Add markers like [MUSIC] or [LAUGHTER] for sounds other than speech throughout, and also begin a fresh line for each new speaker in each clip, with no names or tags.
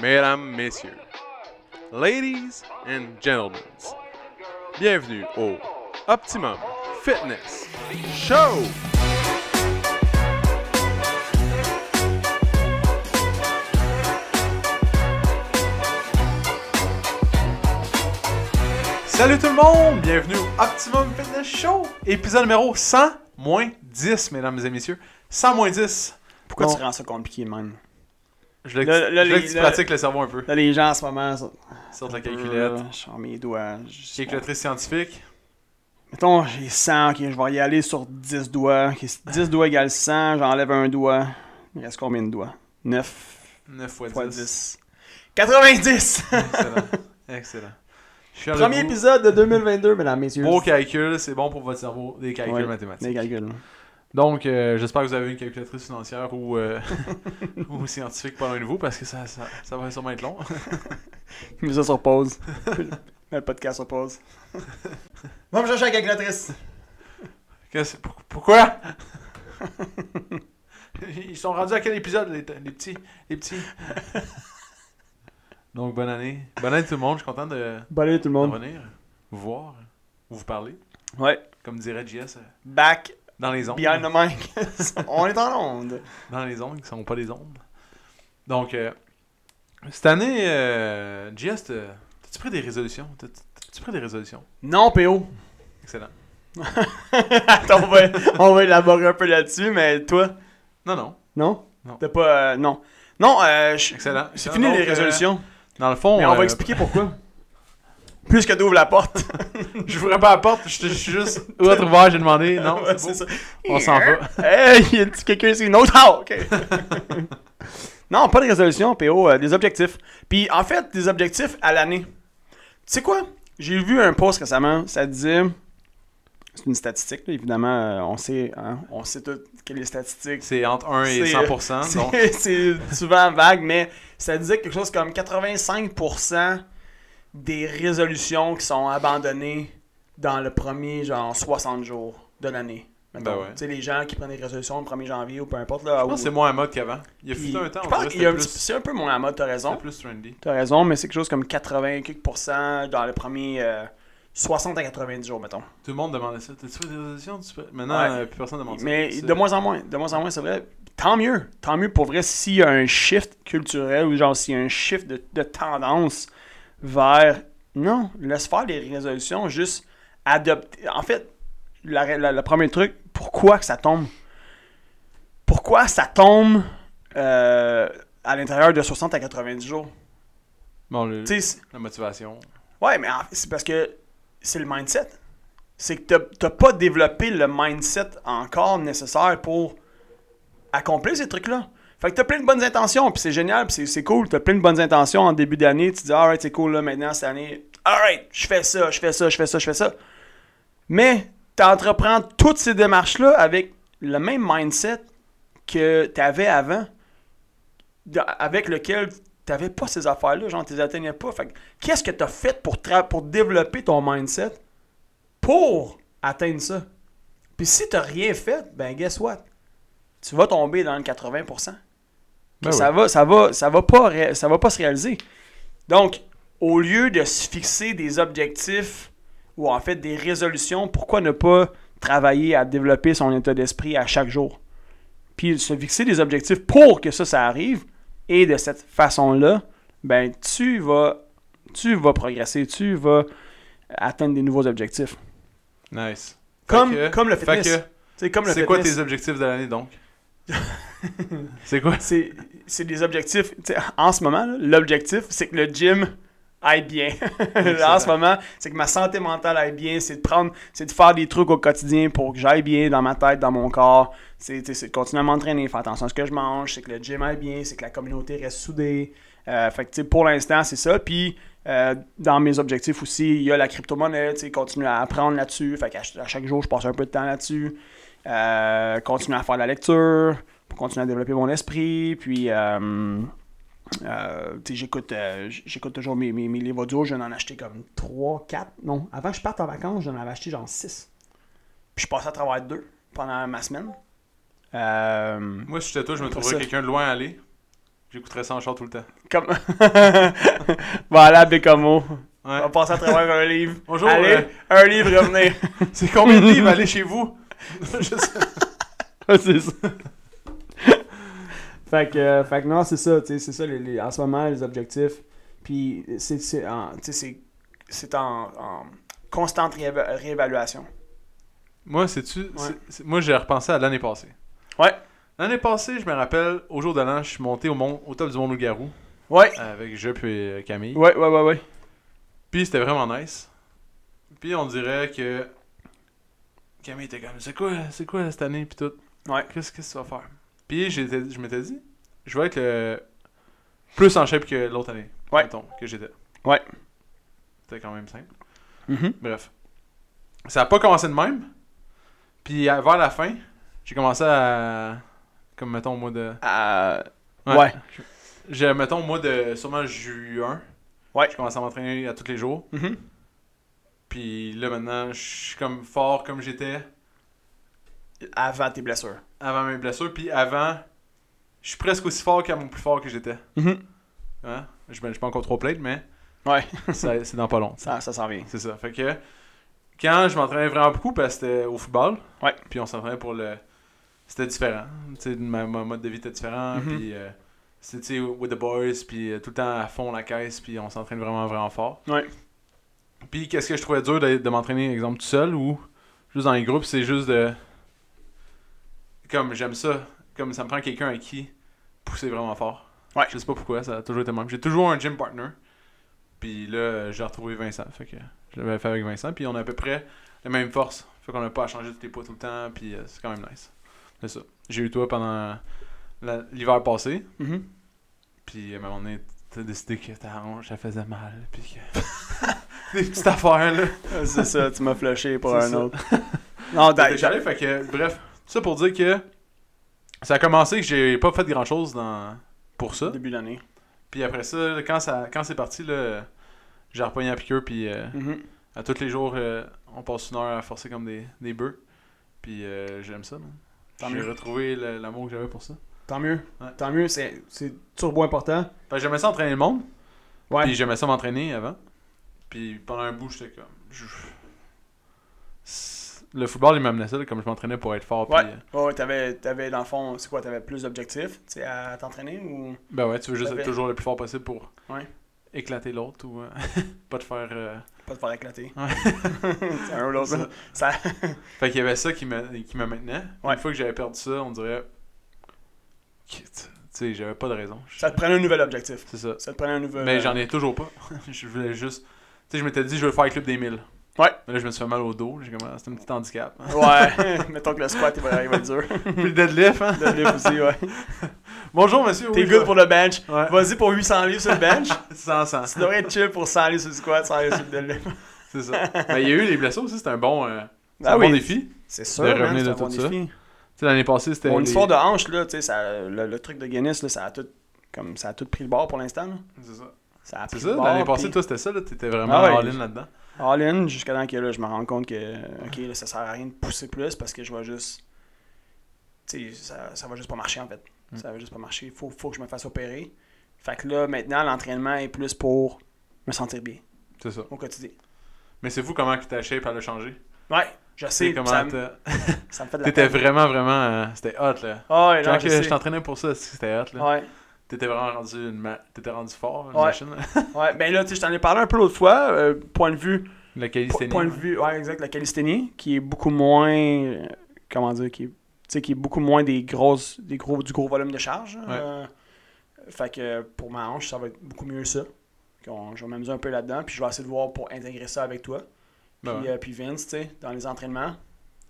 mesdames, messieurs, ladies and gentlemen, bienvenue au Optimum Fitness Show! Salut tout le monde, bienvenue au Optimum Fitness Show, épisode numéro 100 moins 10, mesdames et messieurs. 100 moins 10.
Pourquoi
Non.
tu rends ça compliqué, man?
Je voulais
Là-
que, tu-
là,
je voulais
les-
que tu
là-
pratiques le cerveau un peu.
Là, les gens en ce moment. sont-
Sorte la calculette.
Je sors mes doigts. je-
Calculatrice scientifique.
Mettons, j'ai 100, ok, je vais y aller sur 10 doigts. ok, si 10 doigts égale 100, j'enlève un doigt. Il reste combien de doigts 9
9 x 10.
x 10. 90
Excellent. Excellent. Je suis avec
Premier
vous.
épisode de 2022, mesdames, messieurs.
Beau calcul, c'est bon pour votre cerveau, des calculs
Ouais,
mathématiques.
Des calculs.
Donc, euh, j'espère que vous avez une calculatrice financière ou, euh, [LAUGHS] ou scientifique pas loin de vous parce que ça, ça, ça va sûrement être long.
Mets ça sur pause. Mets le podcast sur pause. Moi, je cherche la calculatrice.
Qu'est-ce- pour- pourquoi [LAUGHS] Ils sont rendus à quel épisode, les, t- les petits les petits Donc, bonne année. Bonne année tout le monde, je suis content de
Bon, allez, tout le
de
monde.
revenir, vous voir, ou vous parler,
Ouais.
comme dirait JS, euh,
Back
dans les ondes.
behind the mic. [LAUGHS] On est en onde.
dans les ondes qui sont pas des ondes. Donc, euh, cette année, euh, JS, t'as- t'as-tu pris des résolutions? T'as- T'as-tu pris des résolutions?
Non, PO.
Excellent. [LAUGHS]
Attends, on va, on va élaborer un peu là-dessus, mais toi,
Non, non.
non?
Non.
T'as pas. euh, non. Non, euh, je-
Excellent.
c'est
Excellent.
fini
Donc,
les
euh,
résolutions.
dans le fond,
mais on va
euh, [LAUGHS]
expliquer [LAUGHS] pourquoi. Puisque t'ouvres la porte.
Je vous pas la porte, je je suis [LAUGHS] juste autre ouvert, j'ai demandé. Non,
[LAUGHS] Ouais,
c'est beau.
ça.
On s'en va.
Hey, y a quelqu'un ici? No talk! [LAUGHS] non, pas de résolution, PO, euh, des objectifs. Puis en fait, des objectifs à l'année. Tu sais quoi? J'ai vu un post récemment, ça disait. C'est une statistique, là, évidemment, euh, on sait, hein, on sait toutes quelles les
[LAUGHS]
statistiques.
C'est entre 1 et
C'est, euh,
100%. Donc,
C'est [LAUGHS] c'est souvent vague, mais ça disait quelque chose comme 85% des résolutions qui sont abandonnées dans le premier, genre, 60 jours de l'année.
Ben
mettons.
ouais.
Tu sais, les gens qui prennent des résolutions le 1er janvier ou peu importe. Là,
je pense que c'est moins à mode qu'avant. Il y a fut un temps,
Je
on
pense
dirait que
qu'il y a
c'était
un petit-
plus,
c'est un peu moins à mode, t'as raison.
c'était plus trendy.
T'as raison, mais c'est quelque chose comme 80 quelques pourcents dans le premier euh, 60 à 90 jours, mettons.
Tout le monde demandait ça. T'as-tu fait des résolutions? Tu fais- Maintenant,
Ouais.
euh, plus personne demande ça.
Mais
C'est-
de moins en moins, de moins en moins, c'est vrai. Tant mieux, tant mieux pour vrai s'il y a un shift culturel ou genre s'il y a un shift de, de tendance vers non, laisse faire les résolutions, juste adopter. En fait, la- la- le premier truc, pourquoi que ça tombe Pourquoi ça tombe euh, à l'intérieur de 60 à 90 jours
Bon, le-
Tu sais, c'est-
la motivation.
Ouais, mais en fait, c'est parce que c'est le mindset. C'est que t'as- t'as pas développé le mindset encore nécessaire pour accomplir ces trucs-là. Fait que t'as plein de bonnes intentions, puis c'est génial, puis c'est- c'est cool. T'as plein de bonnes intentions en début d'année. Tu dis, alright, c'est cool, là, maintenant, cette année, alright, je fais ça, je fais ça, je fais ça, je fais ça. Mais t'entreprends toutes ces démarches-là avec le même mindset que t'avais avant dans- avec lequel t'avais pas ces affaires-là, genre tu les atteignais pas. Fait que, qu'est-ce que t'as fait pour, tra- pour développer ton mindset pour atteindre ça? Puis si t'as rien fait, ben guess what? Tu vas tomber dans le 80%.
Ben
ça,
oui.
va, ça, va, ça, va pas ré- ça va pas se réaliser. Donc, au lieu de se fixer des objectifs ou en fait des résolutions, pourquoi ne pas travailler à développer son état d'esprit à chaque jour? puis se fixer des objectifs pour que ça, ça arrive, et de cette façon-là, ben tu vas, tu vas progresser, tu vas atteindre des nouveaux objectifs.
Nice. Fait
Comme,
que-
comme le
fait
fitness.
que-
C'est comme le
C'est quoi
fitness.
tes objectifs de l'année
[LAUGHS]
donc C'est quoi
C'est, c'est des objectifs. Tu sais, en ce moment, là, l'objectif, c'est que le gym aille bien. [LAUGHS] en ce moment, c'est que ma santé mentale aille bien. C'est de prendre, c'est de faire des trucs au quotidien pour que j'aille bien dans ma tête, dans mon corps. C'est, tu sais, c'est de continuer à m'entraîner, faire attention à ce que je mange. C'est que le gym aille bien. C'est que la communauté reste soudée. Euh, fait que, tu sais, pour l'instant, c'est ça. Puis, euh, dans mes objectifs aussi, il y a la crypto-monnaie. tu sais, Continuer à apprendre là-dessus. Fait qu'à ch- à chaque jour, je passe un peu de temps là-dessus. Euh, continuer à faire de la lecture pour continuer à développer mon esprit. Puis, euh, euh, tu sais, j'écoute, euh, j- j'écoute toujours mes, mes, mes livres audio. Je viens d'en acheter comme 3, 4. Non, avant que je parte en vacances, j'en avais acheté genre 6. Puis, je passais à travers deux pendant ma semaine. Euh,
Moi si j'étais toi, je me
Pour
trouverais
ça.
quelqu'un de loin à aller. J'écouterais ça en char tout le temps.
Comme... [LAUGHS] voilà, Bécamo. On
Ouais.
va passer à travers un livre.
Bonjour,
Allez,
euh,
un livre, [LAUGHS] revenez.
[LAUGHS] C'est combien de
[LAUGHS]
livres aller chez vous? Je sais-
c'est ça. [LAUGHS] fait, que, euh, fait que non, c'est ça. tu sais, C'est ça, les, les- en ce moment, les objectifs. Puis c'est c'est en, tu sais, c'est- c'est en, en constante rééva- réévaluation.
Moi, sais-tu, c'est- c'est- moi j'ai repensé à l'année passée.
Ouais.
L'année passée, je me rappelle, au jour de l'an, je suis monté au, mont- au top du mont Loup-Garou
Ouais.
avec Je puis euh, Camille.
Ouais, ouais, ouais, ouais.
Puis c'était vraiment nice. Puis on dirait que Camille était comme c'est quoi, c'est quoi cette année puis tout.
Ouais.
Qu'est-ce qu'est-ce que tu vas faire Puis j'étais- je m'étais dit je vais être le- plus en shape que l'autre année.
Ouais.
mettons, que j'étais.
Ouais.
C'était quand même simple.
Mhm.
Bref. Ça a pas commencé de même. Puis à- vers la fin, j'ai commencé à comme mettons au mois de
Euh,
Ouais.
ouais.
j'ai mettons au mois de sûrement juin.
Ouais.
J'ai commencé à m'entraîner à tous les jours.
Mhm.
Puis là, maintenant, je suis comme fort comme j'étais
Avant tes blessures.
avant mes blessures. Puis avant, je suis presque aussi fort qu'à mon plus fort que j'étais.
Mm-hmm.
Hein? Je ne suis pas encore trop plainte, mais
Ouais.
ça- c'est dans pas long.
Ça, ça s'en vient.
C'est ça. Fait que quand je m'entraînais vraiment beaucoup, parce que c'était au football.
Ouais.
Puis on s'entraînait pour le. C'était différent. Tu sais, ma, ma mode de vie était différent.
Mhm.
Puis euh, c'était, tu sais, with the boys. Puis euh, tout le temps à fond la caisse. Puis on s'entraîne vraiment, vraiment fort.
Ouais.
Puis qu'est-ce que je trouvais dur de, de m'entraîner, exemple, tout seul ou juste dans les groupes, c'est juste de. Comme j'aime ça. Comme ça me prend quelqu'un à qui pousser vraiment fort.
Ouais.
Je sais pas pourquoi, ça a toujours été le même. J'ai toujours un gym partner. Puis là, euh, j'ai retrouvé Vincent. Fait que je l'avais fait avec Vincent. Puis on a à peu près la même force. Fait qu'on n'a pas à changer tous les poids tout le temps. Puis euh, c'est quand même nice. C'est ça. J'ai eu toi pendant la- l'hiver passé.
Mm-hmm.
Puis à un moment donné, t'as décidé que ta hanche, elle faisait mal. Puis que. [LAUGHS] Des petites affaires, là.
Euh, C'est ça, tu m'as flashé pour
C'est
un
ça.
autre. Non,
T'as
d'ailleurs.
décalé, fait que, bref, tout ça pour dire que ça a commencé que j'ai pas fait grand chose dans... pour ça.
Début d'année.
Puis après ça, quand, ça, quand c'est parti, là, j'ai repogné à piqûre, puis euh,
Mhm.
à tous les jours, euh, on passe une heure à forcer comme des, des bœufs. Puis euh, j'aime ça, man.
Tant
J'ai
mieux.
retrouvé le- l'amour que j'avais pour ça.
Tant mieux.
Ouais.
Tant mieux, c'est c'est turbo important.
Fait que j'aimais ça entraîner le monde,
Ouais.
puis j'aimais ça m'entraîner avant. Puis pendant un bout, j'étais comme... je- C'est- Le football, il m'amenait ça, là, comme je m'entraînais pour être fort.
Ouais.
Puis, euh,
Ouais, ouais, t'avais, t'avais, dans le fond, c'est quoi, t'avais plus d'objectifs tu sais, à t'entraîner ou.
Ben ouais, tu veux juste
Ben,
être
ben.
toujours le plus fort possible pour
Ouais.
éclater l'autre ou euh, [LAUGHS] pas te faire. euh,
Pas te faire éclater.
Ouais.
[LAUGHS] C'est un ou l'autre. là. Ça...
Fait qu'il y avait ça qui me, qui me maintenait.
Ouais.
Une fois que j'avais perdu ça, on dirait. Kit. Tu sais, j'avais pas de raison. Je-
ça te prenait un nouvel objectif.
C'est ça.
Ça te prenait un nouvel. euh,
Mais Ben, j'en ai toujours pas. [LAUGHS] je voulais juste. Tu sais, je m'étais dit, je veux faire le club des 1000.
Ouais.
Mais là, je me suis fait mal au dos. J'ai commencé. C'était un petit handicap.
[LAUGHS] Ouais, mettons que le squat, il va, il va être dur.
Puis le deadlift, hein.
Le lift aussi, ouais.
[LAUGHS] Bonjour, monsieur.
[LAUGHS] T'es
oui,
good
je-
pour le bench.
Ouais.
Vas-y pour 800 livres sur le bench.
100, 100.
tu devrais être chill pour 100 livres sur le squat, 100 livres sur le deadlift.
C'est ça. Mais il y a eu les blessures aussi. C'était un bon, euh, c'est
Ah
un bon
oui.
défi. Tu
C'est sûr,
De
man,
revenir
c'est
de
un bon
tout ça.
défi.
sais, l'année passée, c'était.
Mon
les-
histoire de hanche, là, tu sais, ça- le, le truc de Guinness, là, ça a tout, comme, ça a tout pris le bord pour l'instant. là.
C'est ça.
Ça a
C'est
pris
ça,
le bord,
l'année passée,
puis-
toi, c'était ça, là. T'étais vraiment
Ah ouais.
all-in là-dedans.
all in jusqu'à temps que là, je me rends compte que ok là, ça sert à rien de pousser plus parce que je vais juste. Tu sais, ça, ça va juste pas marcher en fait.
Mm.
Ça va juste pas marcher. Il faut, faut que je me fasse opérer. Fait que là, maintenant, l'entraînement est plus pour me sentir bien
C'est ça.
au quotidien.
Mais c'est fou comment que ta shape, elle a changé.
Ouais, je
Tu sais
sais.
comment
Ça, me-
t'as-
ça me fait de la
T'étais
peine.
vraiment, vraiment. euh, c'était hot, là.
Ah ouais, non,
Quand
je
que je
sais.
t'entraînais pour ça, c'était hot, là.
Ouais,
T'étais vraiment rendu, une ma- t'étais rendu fort, une
Ouais.
machine, là.
ouais. Ben là, tu sais, je t'en ai parlé un peu l'autre fois. euh, point de vue.
La
po-
calisthénie.
Point de vue, ouais, exact. La calisthénie, qui est beaucoup moins. euh, Comment dire, qui est, tu sais, qui est beaucoup moins des grosses, des gros, du gros volume de charge. hein,
Ouais.
euh, fait que euh, pour ma hanche, ça va être beaucoup mieux ça. Qu'on- je vais m'amuser un peu là-dedans, puis je vais essayer de voir pour intégrer ça avec toi. Puis,
Ben ouais.
euh, puis Vince, tu sais, dans les entraînements.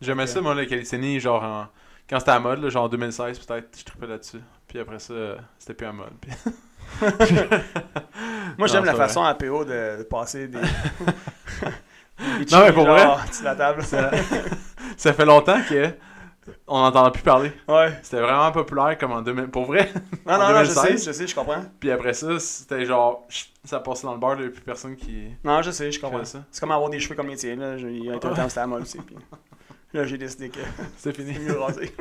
J'aimais ça, moi, la calisthénie, genre en- Quand c'était à la mode, là, genre en 2016, peut-être, je trippais là-dessus. Puis après ça, euh, c'était plus à la mode. Puis- [LAUGHS]
Moi, j'aime
Ah, Non,
la
c'est
façon à PO de, de
[LAUGHS]
passer des. des
Non, mais pour
chips,
vrai.
genre, [LAUGHS] sur la table.
ça... ça fait longtemps que on n'entendait plus parler.
Ouais.
C'était vraiment populaire comme en 2000. Pour vrai. [LAUGHS]
Non,
En
non, non, je
2016.
sais, je sais, je comprends.
Puis après ça, c'était genre. chut, Ça passait dans le bar, là, plus personne qui.
Non, je sais, je comprends.
faisait ça.
C'est comme avoir des cheveux comme les tiens. Là. Je- Il y a été un temps, c'était à moi aussi. Puis... Là, j'ai décidé que [LAUGHS]
C'est fini.
c'est mieux rasé.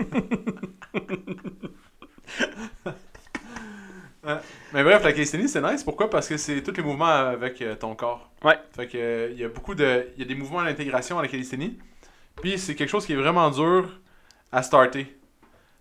Mais bref, la calisthenie, c'est nice. Pourquoi? Parce que c'est tous les mouvements avec euh, ton corps.
Ouais.
Fait que euh, il y a beaucoup de. Il y a des mouvements à l'intégration à la calisthenie. Puis c'est quelque chose qui est vraiment dur à starter.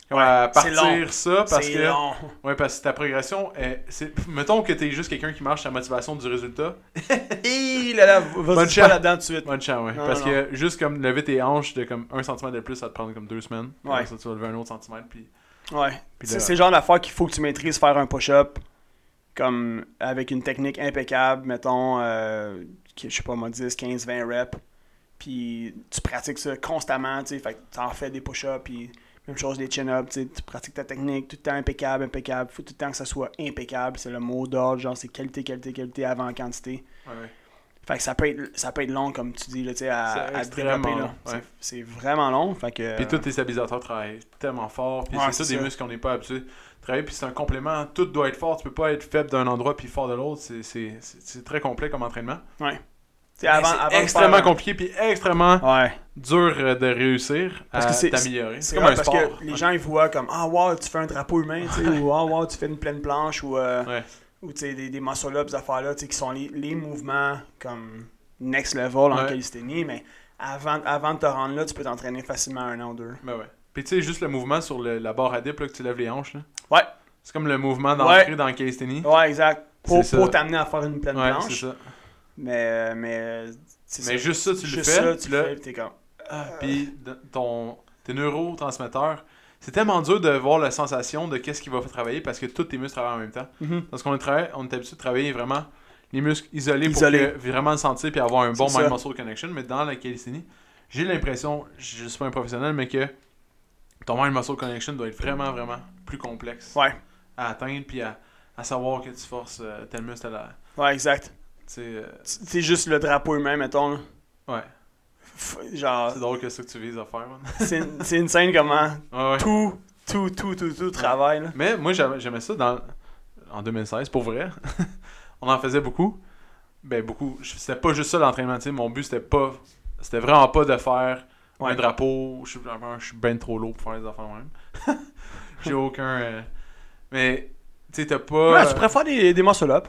Comme
Ouais,
à
c'est
partir
long.
ça [LAUGHS] parce
C'est
que.
long.
Ouais, parce que ta progression est. c'est- Mettons que t'es juste quelqu'un qui marche sa motivation du résultat.
[LAUGHS] Hi là là, vas-y
Bonne
pas
chance.
là-dedans tout de suite.
Bonne chance, ouais.
Non,
parce
non,
que juste comme lever tes hanches de comme un centimètre de plus, ça te prend comme deux semaines. Puis
Ouais.
après ça, tu vas lever un autre centimètre. Puis...
Ouais.
Puis
C'est
là-
c'est le genre d'affaire qu'il faut que tu maîtrises faire un push-up comme avec une technique impeccable, mettons, euh, qui- je sais pas moi, 10, 15, 20 reps. Puis tu pratiques ça constamment, tu sais, fait que t'en fais des push-ups, puis même chose des chin-ups, tu sais, tu pratiques ta technique tout le temps impeccable, impeccable, faut tout le temps que ça soit impeccable, c'est le mot d'ordre, genre c'est qualité, qualité, qualité avant quantité.
Ouais, ouais.
Fait que ça peut être, ça peut être long, comme tu dis, là, tu sais, à,
C'est
à
extrêmement
développer, là.
long,
C'est-
ouais.
C'est vraiment long, fait que...
Puis tous tes stabilisateurs travaillent tellement fort. Puis
Euh, Ouais,
c'est ça
c'est
des
ça.
muscles qu'on n'est pas habitué de travailler. Puis c'est un complément. Tout doit être fort. Tu peux pas être faible d'un endroit puis fort de l'autre. C'est- C'est c'est- c'est très complet comme entraînement.
tu sais, avant-
Mais c'est
avant de faire
extrêmement
un-
compliqué puis extrêmement
Ouais.
dur euh, de réussir
Parce que
à
c'est-
t'améliorer.
C'est
C'est comme
rare
un
parce
sport.
que les gens ils voient comme ah wow tu fais un drapeau humain
[LAUGHS]
tu sais, ou ah wow tu fais une pleine planche ou euh,
Ouais.
ou tu sais des, des muscle ups affaires là tu sais, qui sont les, les mouvements comme next level en
Ouais.
calisthénie mais avant, avant de te rendre là tu peux t'entraîner facilement un an ou deux
Ben ouais. Puis tu sais, juste le mouvement sur le- la barre à dip, là, que tu lèves les hanches. Là.
Ouais.
C'est comme le mouvement d'entrée
Ouais.
dans le calisthenics.
ouais exact pour,
C'est ça.
pour t'amener à faire une pleine
Ouais, c'est
planche
ça.
mais mais c'est
Mais
ça.
juste ça, tu le
Juste
fais.
là, tu
là,
le fais puis t'es comme
Ah, Puis de- ton, tes neurotransmetteurs, c'est tellement dur de voir la sensation de qu'est-ce qui va travailler parce que tous tes muscles travaillent en même temps. Parce qu'on est, tra- on est habitué de travailler vraiment les muscles isolés pour
Isolés.
que- vraiment le sentir puis avoir un bon
C'est ça.
mind-muscle connection. Mais dans la calisthénie, j'ai l'impression, je suis pas un professionnel, mais que ton mind-muscle connection doit être vraiment, vraiment plus complexe
ouais
à atteindre puis à, à savoir que tu forces euh, tel muscle à la...
ouais exact
tu sais, euh,
c'est juste le drapeau humain mettons là.
ouais,
F- genre
c'est drôle que c'est ça que tu vises à faire, man.
c'est une- c'est une scène comment
Ouais, ouais.
tout, tout, tout, tout, tout travail. Là.
Mais moi, j'aimais j'aimais ça dans, en 2016, pour vrai. [LAUGHS] on en faisait beaucoup. Ben, beaucoup. Je- C'était pas juste ça l'entraînement. tu sais, Mon but, c'était pas. C'était vraiment pas de faire un
Ouais.
drapeau. Je suis vraiment- je suis ben trop lourd pour faire les affaires moi-même. [LAUGHS] J'ai aucun. euh, Mais, tu sais, t'as pas.
Ouais,
euh,
tu préfères des, des muscle-up?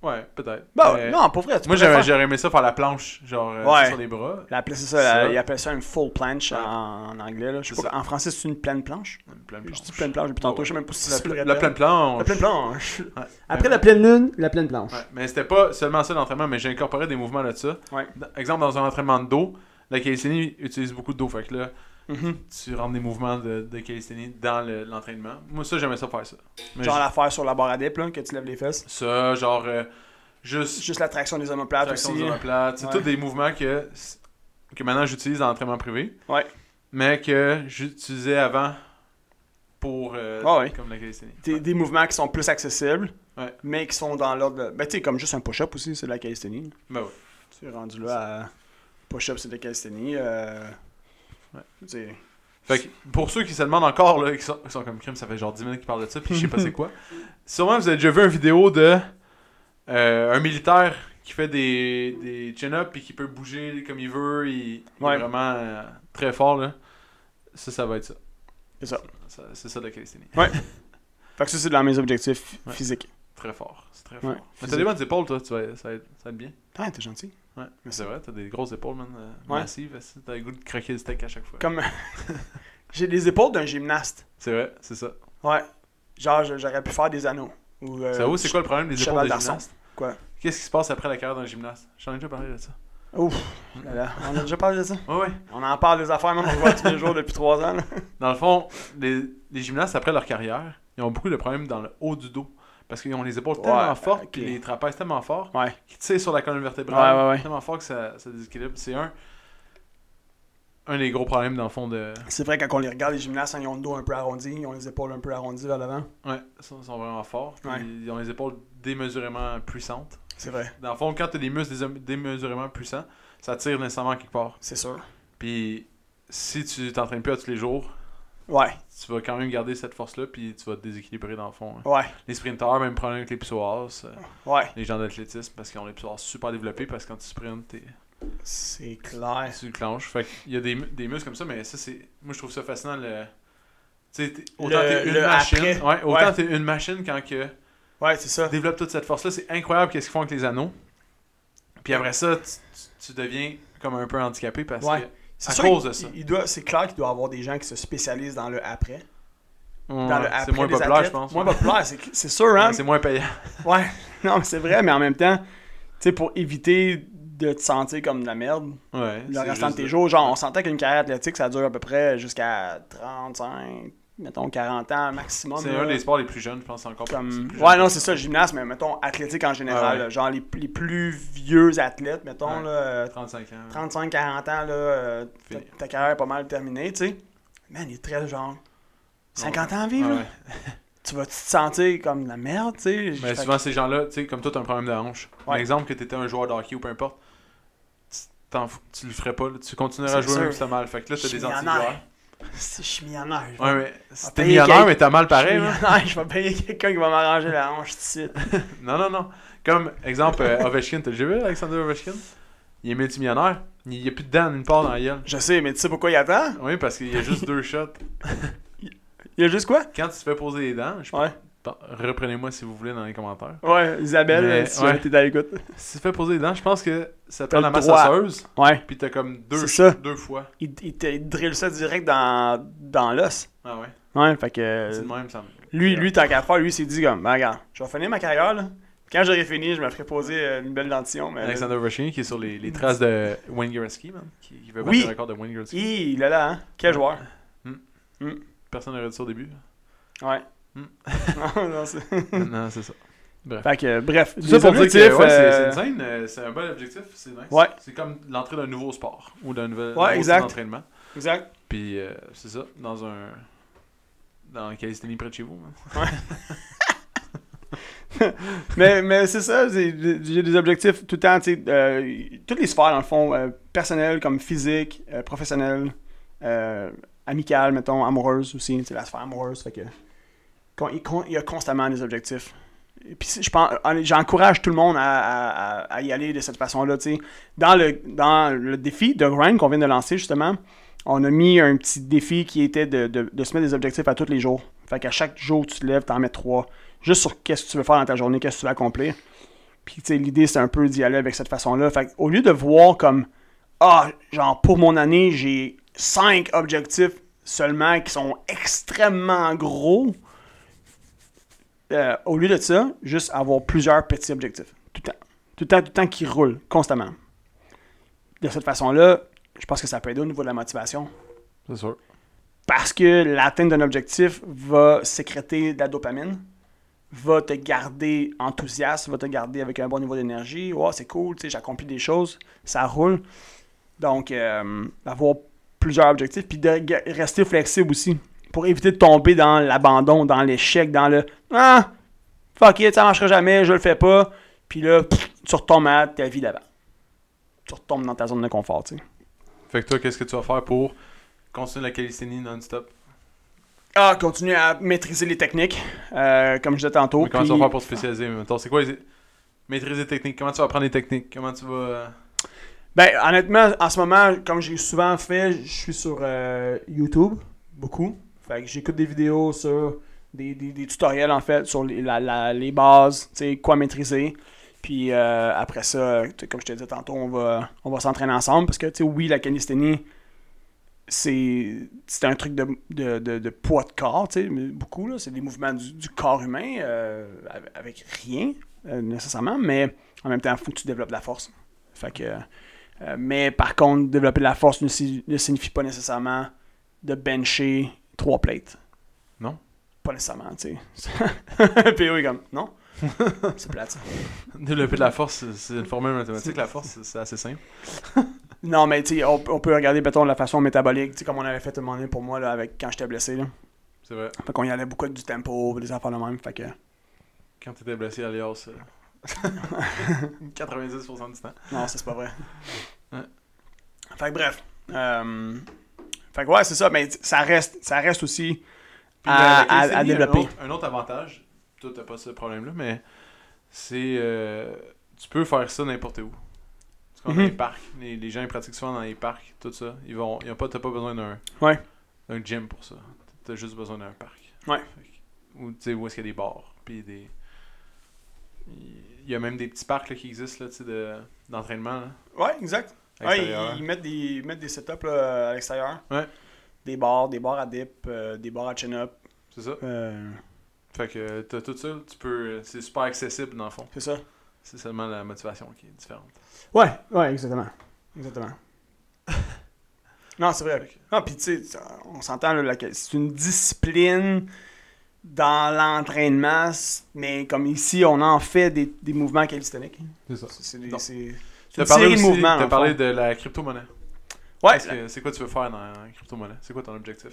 Ouais, peut-être.
Bah,
Mais
non, pour vrai, tu
Euh, Moi,
pourrais
j'aurais
faire-
j'aurais aimé ça faire la planche, genre euh,
Ouais.
sur les bras.
Il appelait ça, ça,
Ça.
il appelle ça une full planche
Ouais.
en, en anglais. Là. Je sais
C'est
pas, en français, c'est une pleine planche.
Une pleine
Je dis
planche.
pleine planche depuis tantôt,
Ouais.
je sais même pas si
La,
c'est
pla-
vrai.
la pleine planche.
La pleine planche.
Ouais.
Après la pleine lune, la pleine planche.
Ouais, mais c'était pas seulement ça l'entraînement, mais j'ai incorporé des mouvements de ça.
Ouais.
Dans- Exemple, dans un entraînement de dos, la calisthénie utilise beaucoup de dos. Fait que là,
Mhm.
tu rentres des mouvements de, de calisthénie dans le- l'entraînement. Moi, ça, j'aimais ça faire ça. Mais
Genre
j-
l'affaire sur la barre à dip, là, que tu lèves les fesses.
Ça, genre, euh, juste
Juste la traction des omoplates
traction
aussi. hein.
sur la plate. C'est
Ouais.
tous des mouvements que, que maintenant j'utilise dans l'entraînement privé.
Ouais.
Mais que j'utilisais avant pour euh,
Ah ouais.
comme la calisthénie.
Des, des mouvements qui sont plus accessibles,
Ouais.
mais qui sont dans l'ordre. de- Ben, tu sais, comme juste un push-up aussi, c'est de la calisthénie.
Ben ouais.
Tu es rendu là à push-up, c'est de la calisthénie. Euh...
Ouais.
tu sais,
Fait que pour ceux qui se demandent encore, là, qui sont, qui sont comme crime, ça fait genre 10 minutes qu'ils parlent de ça, puis je sais pas c'est
[LAUGHS]
quoi. Sûrement, vous avez déjà vu une vidéo de euh, un militaire qui fait des, des chin-ups puis qui peut bouger comme il veut. Il, il
Ouais.
est vraiment euh, très fort. Là. Ça, ça va être ça.
C'est ça.
Ça- C'est ça la calisthénie.
Fait que ça, c'est dans mes objectifs
Ouais.
physiques.
Très fort. C'est très fort.
Ouais,
Mais
physique.
t'as des bonnes épaules, toi. Tu vas, ça, va être, ça va être bien.
Ah, t'es gentil.
Ouais.
Merci.
C'est vrai, t'as des grosses épaules, man. euh,
Ouais.
Massives. aussi. T'as le goût de croquer le steak à chaque fois.
Comme. [LAUGHS] J'ai les épaules d'un gymnaste.
C'est vrai, c'est ça.
Ouais. Genre, je- j'aurais pu faire des anneaux. Ou, euh,
Ça vaut, c'est quoi le problème des
cheval
épaules de
d'arçon.
gymnaste
Quoi?
Qu'est-ce qui se passe après la carrière d'un gymnaste J'en ai déjà parlé de ça.
Oh là, là, On a déjà parlé de ça.
Ouais, ouais.
On en parle des affaires, même, on voit tous les jours depuis trois ans. là.
Dans le fond, les, les gymnastes, après leur carrière, ils ont beaucoup de problèmes dans le haut du dos. Parce qu'ils ont les épaules tellement
Ouais,
fortes,
ok.
puis les trapèzes tellement forts,
Ouais.
qu'ils tirent sur la colonne vertébrale
Ouais, ouais, ouais.
tellement fort que ça, ça déséquilibre. C'est un, un des gros problèmes, dans le fond, de...
C'est vrai, quand on les regarde, les gymnastes, hein, ils ont le dos un peu arrondi, ils ont les épaules un peu arrondies vers l'avant.
Ouais, ils sont sont vraiment forts. puis
Ouais.
Ils ont les épaules démesurément puissantes.
C'est vrai.
Dans le fond, quand tu as des muscles désem- démesurément puissants, ça tire nécessairement quelque part.
C'est sûr.
Puis si tu t'entraînes plus à tous les jours,
Ouais.
tu vas quand même garder cette force-là, puis tu vas te déséquilibrer, dans le fond. hein.
Ouais.
Les sprinteurs, même problème avec les psoas. euh,
Ouais.
les gens d'athlétisme parce qu'ils ont les pouvoirs super développés parce que quand tu sprintes, t'es-
C'est clair.
tu clenches. Fait qu'il y a des, mu- des muscles comme ça, mais ça, c'est. Moi, je trouve ça fascinant. Le... Tu sais, t'es-
Le-
autant t'es une
le
machine.
après.
Ouais, autant
Ouais.
t'es une machine quand que
Ouais, c'est ça.
développe toute cette force-là. C'est incroyable qu'est-ce qu'ils font avec les anneaux. Puis après ça, tu, tu- tu deviens comme un peu handicapé parce à
Ouais. C'est sûr
cause de
qu'il-
ça.
il doit- C'est clair qu'il doit y avoir des gens qui se spécialisent dans le après.
que
Dans
Ouais,
le après
hmm, c'est moins
des
populaire, je
athlètes.
pense.
Moins
Ouais.
populaire, c'est c'est sûr, hein?
Ouais, c'est moins payant.
Ouais, [LAUGHS] non, mais c'est vrai, mais en même temps, tu sais, pour éviter de te sentir comme de la merde
Ouais,
le
c'est
restant de
juste
tes
de-
jours, genre, on sentait qu'une carrière athlétique, ça dure à peu près jusqu'à 35, mettons 40 ans maximum.
C'est
là.
un des sports les plus jeunes, je pense, encore. c'est
Comme...
plus jeune.
Ouais, non, c'est ça, gymnaste, mais mettons athlétique en général.
Ah ouais.
là, genre, les, les plus vieux athlètes, mettons,
Ouais.
là, euh,
35 ans.
35-40 ans, là, euh, ta,
Fini.
ta carrière est pas mal terminée, tu sais. Man, il est très genre 50 ans à vivre,
Ouais,
là.
ouais.
Tu vas te sentir comme de la merde, tu sais.
Mais
Fait que-
souvent, ces gens-là, tu sais, comme toi, t'as un problème de hanche. Par
Ouais.
exemple, que t'étais un joueur de hockey ou peu importe, tu, t'en fous- tu le ferais pas. là. Tu continuerais à
C'est
jouer
sûr.
même si t'as mal. Fait que là, t'as des
Millionnaire.
anti-joueurs.
Si je suis millionnaire, je vais-
Ouais, mais si t'es
payer
millionnaire,
quelques-
mais t'as mal pareil.
je suis
hein.
millionnaire, je vais payer quelqu'un qui va m'arranger la hanche
[LAUGHS]
tout de suite.
Non, non, non. Comme exemple, euh, Ovechkin, t'as déjà vu Alexander Ovechkin Il est multimillionnaire. Il n'y a plus de dents une part dans la gueule.
Je sais, mais tu sais pourquoi il attend?
Oui, parce qu'il y a
[LAUGHS]
juste deux shots.
Il y a juste quoi?
Quand tu te fais poser les dents, je
Ouais.
Bon, Reprenez-moi si vous voulez dans les commentaires.
Ouais, Isabelle,
Mais,
euh, si
ouais.
t'es à l'écoute.
Si tu te fais poser les dents, je pense que ça te
T'as
prend la
le
masse
droit.
osseuse,
Ouais.
puis t'as comme deux,
C'est ça.
deux fois.
Il, il te il te drille ça direct dans, dans l'os.
Ah ouais,
Ouais, fait que.
c'est
euh,
de même, ça me-
Lui, lui, tant qu'à faire, lui, il s'est dit comme, ben, regarde, je vais finir ma carrière, là. Quand j'aurai fini, je me ferai poser euh, une belle dentition. Mais
Alexander Ovechkin qui est sur les, les traces de Wayne Gretzky, man. Qui, qui veut battre
Oui.
le record de Wayne Gretzky.
Hi, là, là, hein? Quel joueur. [LAUGHS]
Personne n'aurait dit ça au début.
Ouais.
Hmm.
non, [LAUGHS] non, c'est-
non, c'est ça.
fait que, euh, bref.
Tout ça
les
pour dire
objectifs,
que ouais, c'est-
euh,
c'est une scène, euh, c'est un bon objectif, c'est nice.
Ouais.
C'est comme l'entrée d'un nouveau sport ou d'un nouvel
Ouais,
nouveau style
exact.
d'entraînement.
Exact.
Puis euh, c'est ça, dans un. Dans un calisthénie près de chez vous. man.
Mais, mais c'est ça, c'est- j'ai des objectifs tout le temps, tu sais, euh, toutes les sphères, dans le fond, euh, personnelles comme physique, euh, professionnelle, euh, amicale, mettons, amoureuse aussi, tu sais, la sphère amoureuse, fait que con- il, con- il y a constamment des objectifs. Et puis si- je pense, hon- j'encourage tout le monde à, à- à- à y aller de cette façon-là, tu sais. Dans le, dans le défi de grind qu'on vient de lancer, justement, on a mis un petit défi qui était de, de- de se mettre des objectifs à tous les jours. Fait qu'à chaque jour, tu te lèves, t'en mets trois juste sur qu'est-ce que tu veux faire dans ta journée, qu'est-ce que tu veux accomplir. Puis, tu sais, l'idée, c'est un peu d'y aller avec cette façon-là. Fait que, au lieu de voir comme, ah, genre, pour mon année, j'ai cinq objectifs seulement qui sont extrêmement gros, euh, au lieu de ça, juste avoir plusieurs petits objectifs. Tout le temps. Tout le temps, tout le temps qui roule, constamment. De cette façon-là, je pense que ça peut aider au niveau de la motivation
C'est sûr.
parce que l'atteinte d'un objectif va sécréter de la dopamine, va te garder enthousiaste, va te garder avec un bon niveau d'énergie. Ouais, c'est cool, tu sais, j'accomplis des choses, ça roule. Donc, euh, avoir plusieurs objectifs, puis de ga- rester flexible aussi pour éviter de tomber dans l'abandon, dans l'échec, dans le Ah, fuck it, ça marchera jamais, je le fais pas. Puis là, pff, tu retombes à ta vie d'avant. Tu retombes dans ta zone de confort, tu sais.
Fait que toi, qu'est-ce que tu vas faire pour continuer la calisthénie non-stop
Ah, continuer à maîtriser les techniques, euh, comme je disais tantôt.
Mais Comment tu
puis-
vas faire pour se spécialiser mettons, C'est quoi les... Maîtriser les techniques Comment tu vas apprendre les techniques Comment tu vas. euh,
Ben, honnêtement, en ce moment, comme j'ai souvent fait, je suis sur euh, YouTube, beaucoup. Fait que j'écoute des vidéos sur des, des- des tutoriels, en fait, sur les, la- la- les bases, tu sais, quoi maîtriser. Puis euh, après ça, tu sais, comme je te disais tantôt, on va, on va s'entraîner ensemble parce que, tu sais, oui, la calisthénie, c'est c'est un truc de, de, de- de poids de corps, tu sais, mais beaucoup, là. C'est des mouvements du, du corps humain euh, avec- avec rien, euh, nécessairement, mais en même temps, il faut que tu développes de la force. Fait que... Euh, mais par contre, développer de la force ne, si- ne signifie pas nécessairement de bencher trois plates.
Non.
Pas nécessairement, tu sais. [LAUGHS] Puis oui, comme,
[LAUGHS]
non. c'est plate, ça.
[LAUGHS] Développer de la force, c'est- c'est une formule mathématique. La force, c'est- c'est assez simple.
Non, mais tu sais, on, on peut regarder, mettons, de la façon métabolique, tu sais, comme on avait fait tout le monde pour moi, là, avec, quand j'étais blessé, là.
C'est vrai.
Fait qu'on y allait beaucoup avec du tempo, des affaires de même, fait que...
Quand t'étais blessé à Léos, euh, [LAUGHS] 90% du temps.
Non, ça, c'est pas vrai.
Ouais.
Fait que bref. euh, fait que ouais, c'est ça, mais t- ça reste, ça reste aussi...
Puis la-
À-
la
à- à
calisthénie,
développer.
Un autre, un autre avantage, toi t'as pas ce problème-là, mais c'est euh, tu peux faire ça n'importe où. Parce qu'on a
Mhm.
les parcs, les, les gens ils pratiquent souvent dans les parcs, tout ça. Ils vont, ils ont pas, t'as pas besoin d'un
Ouais.
d'un gym pour ça. T'as juste besoin d'un parc.
Ouais.
Fait que- Ou tu sais où est-ce qu'il y a des bars, puis des Il y a même des petits parcs là, qui existent là, tu sais, de- d'entraînement. là,
Ouais, exact.
à
Ouais,
l'extérieur. hein.
ils, ils mettent des, ils mettent des setups là, à l'extérieur.
Ouais.
Des bars, des bars à dip, euh, des bars à chin-up.
C'est ça.
euh,
Fait que t'as tout ça, tu peux. euh, C'est super accessible dans le fond.
c'est ça.
C'est seulement la motivation qui est différente.
Ouais, ouais, exactement. Exactement. [LAUGHS] non, c'est vrai. Non, puis tu sais, on s'entend, là, la- c'est une discipline dans l'entraînement, c- mais comme ici, on en fait des, des mouvements calistheniques.
C'est ça.
C'est c'est des-
Non.
c'est- c'est
T'as
une
parlé
série de
aussi,
mouvements. dans
t'as
le
parlé
fond.
de la crypto-monnaie.
Ouais,
Qu'est-ce que- C'est quoi tu veux faire dans la crypto-monnaie? C'est quoi ton objectif?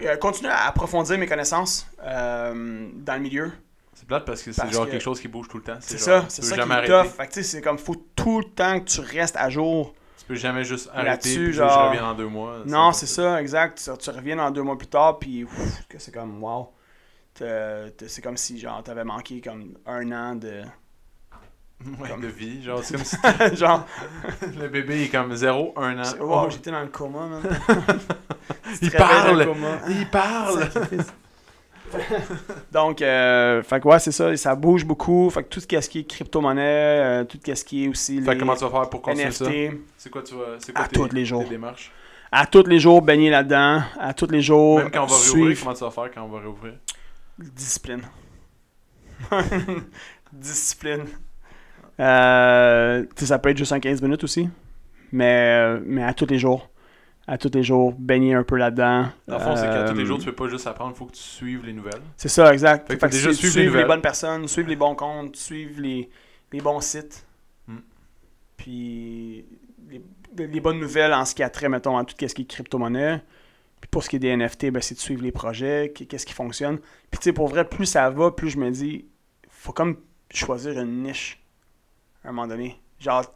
euh, continuer à approfondir mes connaissances euh, dans le milieu.
C'est plate parce que c'est
Parce
genre
que-
quelque chose qui bouge tout le temps.
C'est
genre,
ça,
tu
c'est
peux
ça qui
jamais
est
arrêter.
tough. Fait que tu sais, c'est comme, faut tout le temps que tu restes à jour.
Tu peux jamais juste
Là-dessus,
arrêter puis
genre-
je reviens dans deux mois.
Non,
pas
c'est
possible.
ça, exact. Tu, tu reviens dans deux mois plus tard, puis ouf, que c'est comme, wow. T'as- t'as- C'est comme si, genre, t'avais manqué comme un an de. [LAUGHS]
[LAUGHS] Ouais,
Comme-
de vie. Genre,
[LAUGHS]
c'est comme si [LAUGHS]
genre,
le bébé est comme 0, 1 an.
tu- wow,
Oh,
j'étais dans le coma, man.
[LAUGHS] il
Tu te réveilles dans le
parle!
coma.
Il parle!
Sacrifice. [LAUGHS] Donc, euh, fait que ouais, c'est ça, et ça bouge beaucoup. Fait que tout ce qui est- ce qui est crypto-monnaie, euh, tout ce qui est aussi
Fait
les
que comment tu vas faire pour continuer ça?
NFT,
C'est quoi, tu vas, c'est quoi
à
tes,
tous les jours.
tes démarches?
À tous les jours, baigner là-dedans, à tous les jours,
Même quand on va réouvrir,
suivre
comment tu vas faire quand on va réouvrir?
Discipline. [LAUGHS] Discipline. Euh, tu sais, ça peut être juste en 15 minutes aussi, mais, euh, mais à tous les jours. À tous les jours, baigner un peu là-dedans.
Dans le fond, c'est qu'à tous les
Euh,
jours, tu peux pas juste apprendre, faut que tu suives les nouvelles.
C'est ça, exact.
Fait que faut
si
déjà
tu
suivre les
suives les,
nouvelles.
bonnes personnes, suivre les bons comptes, suivre les, les bons sites.
Hmm.
Puis les, les bonnes nouvelles en ce qui a trait, mettons, à tout ce qui est crypto-monnaie. Puis pour ce qui est des NFT, ben, c'est de suivre les projets, qu- qu'est-ce qui fonctionne. Puis tu sais, pour vrai, plus ça va, plus je me dis, faut comme choisir une niche à un moment donné. Genre,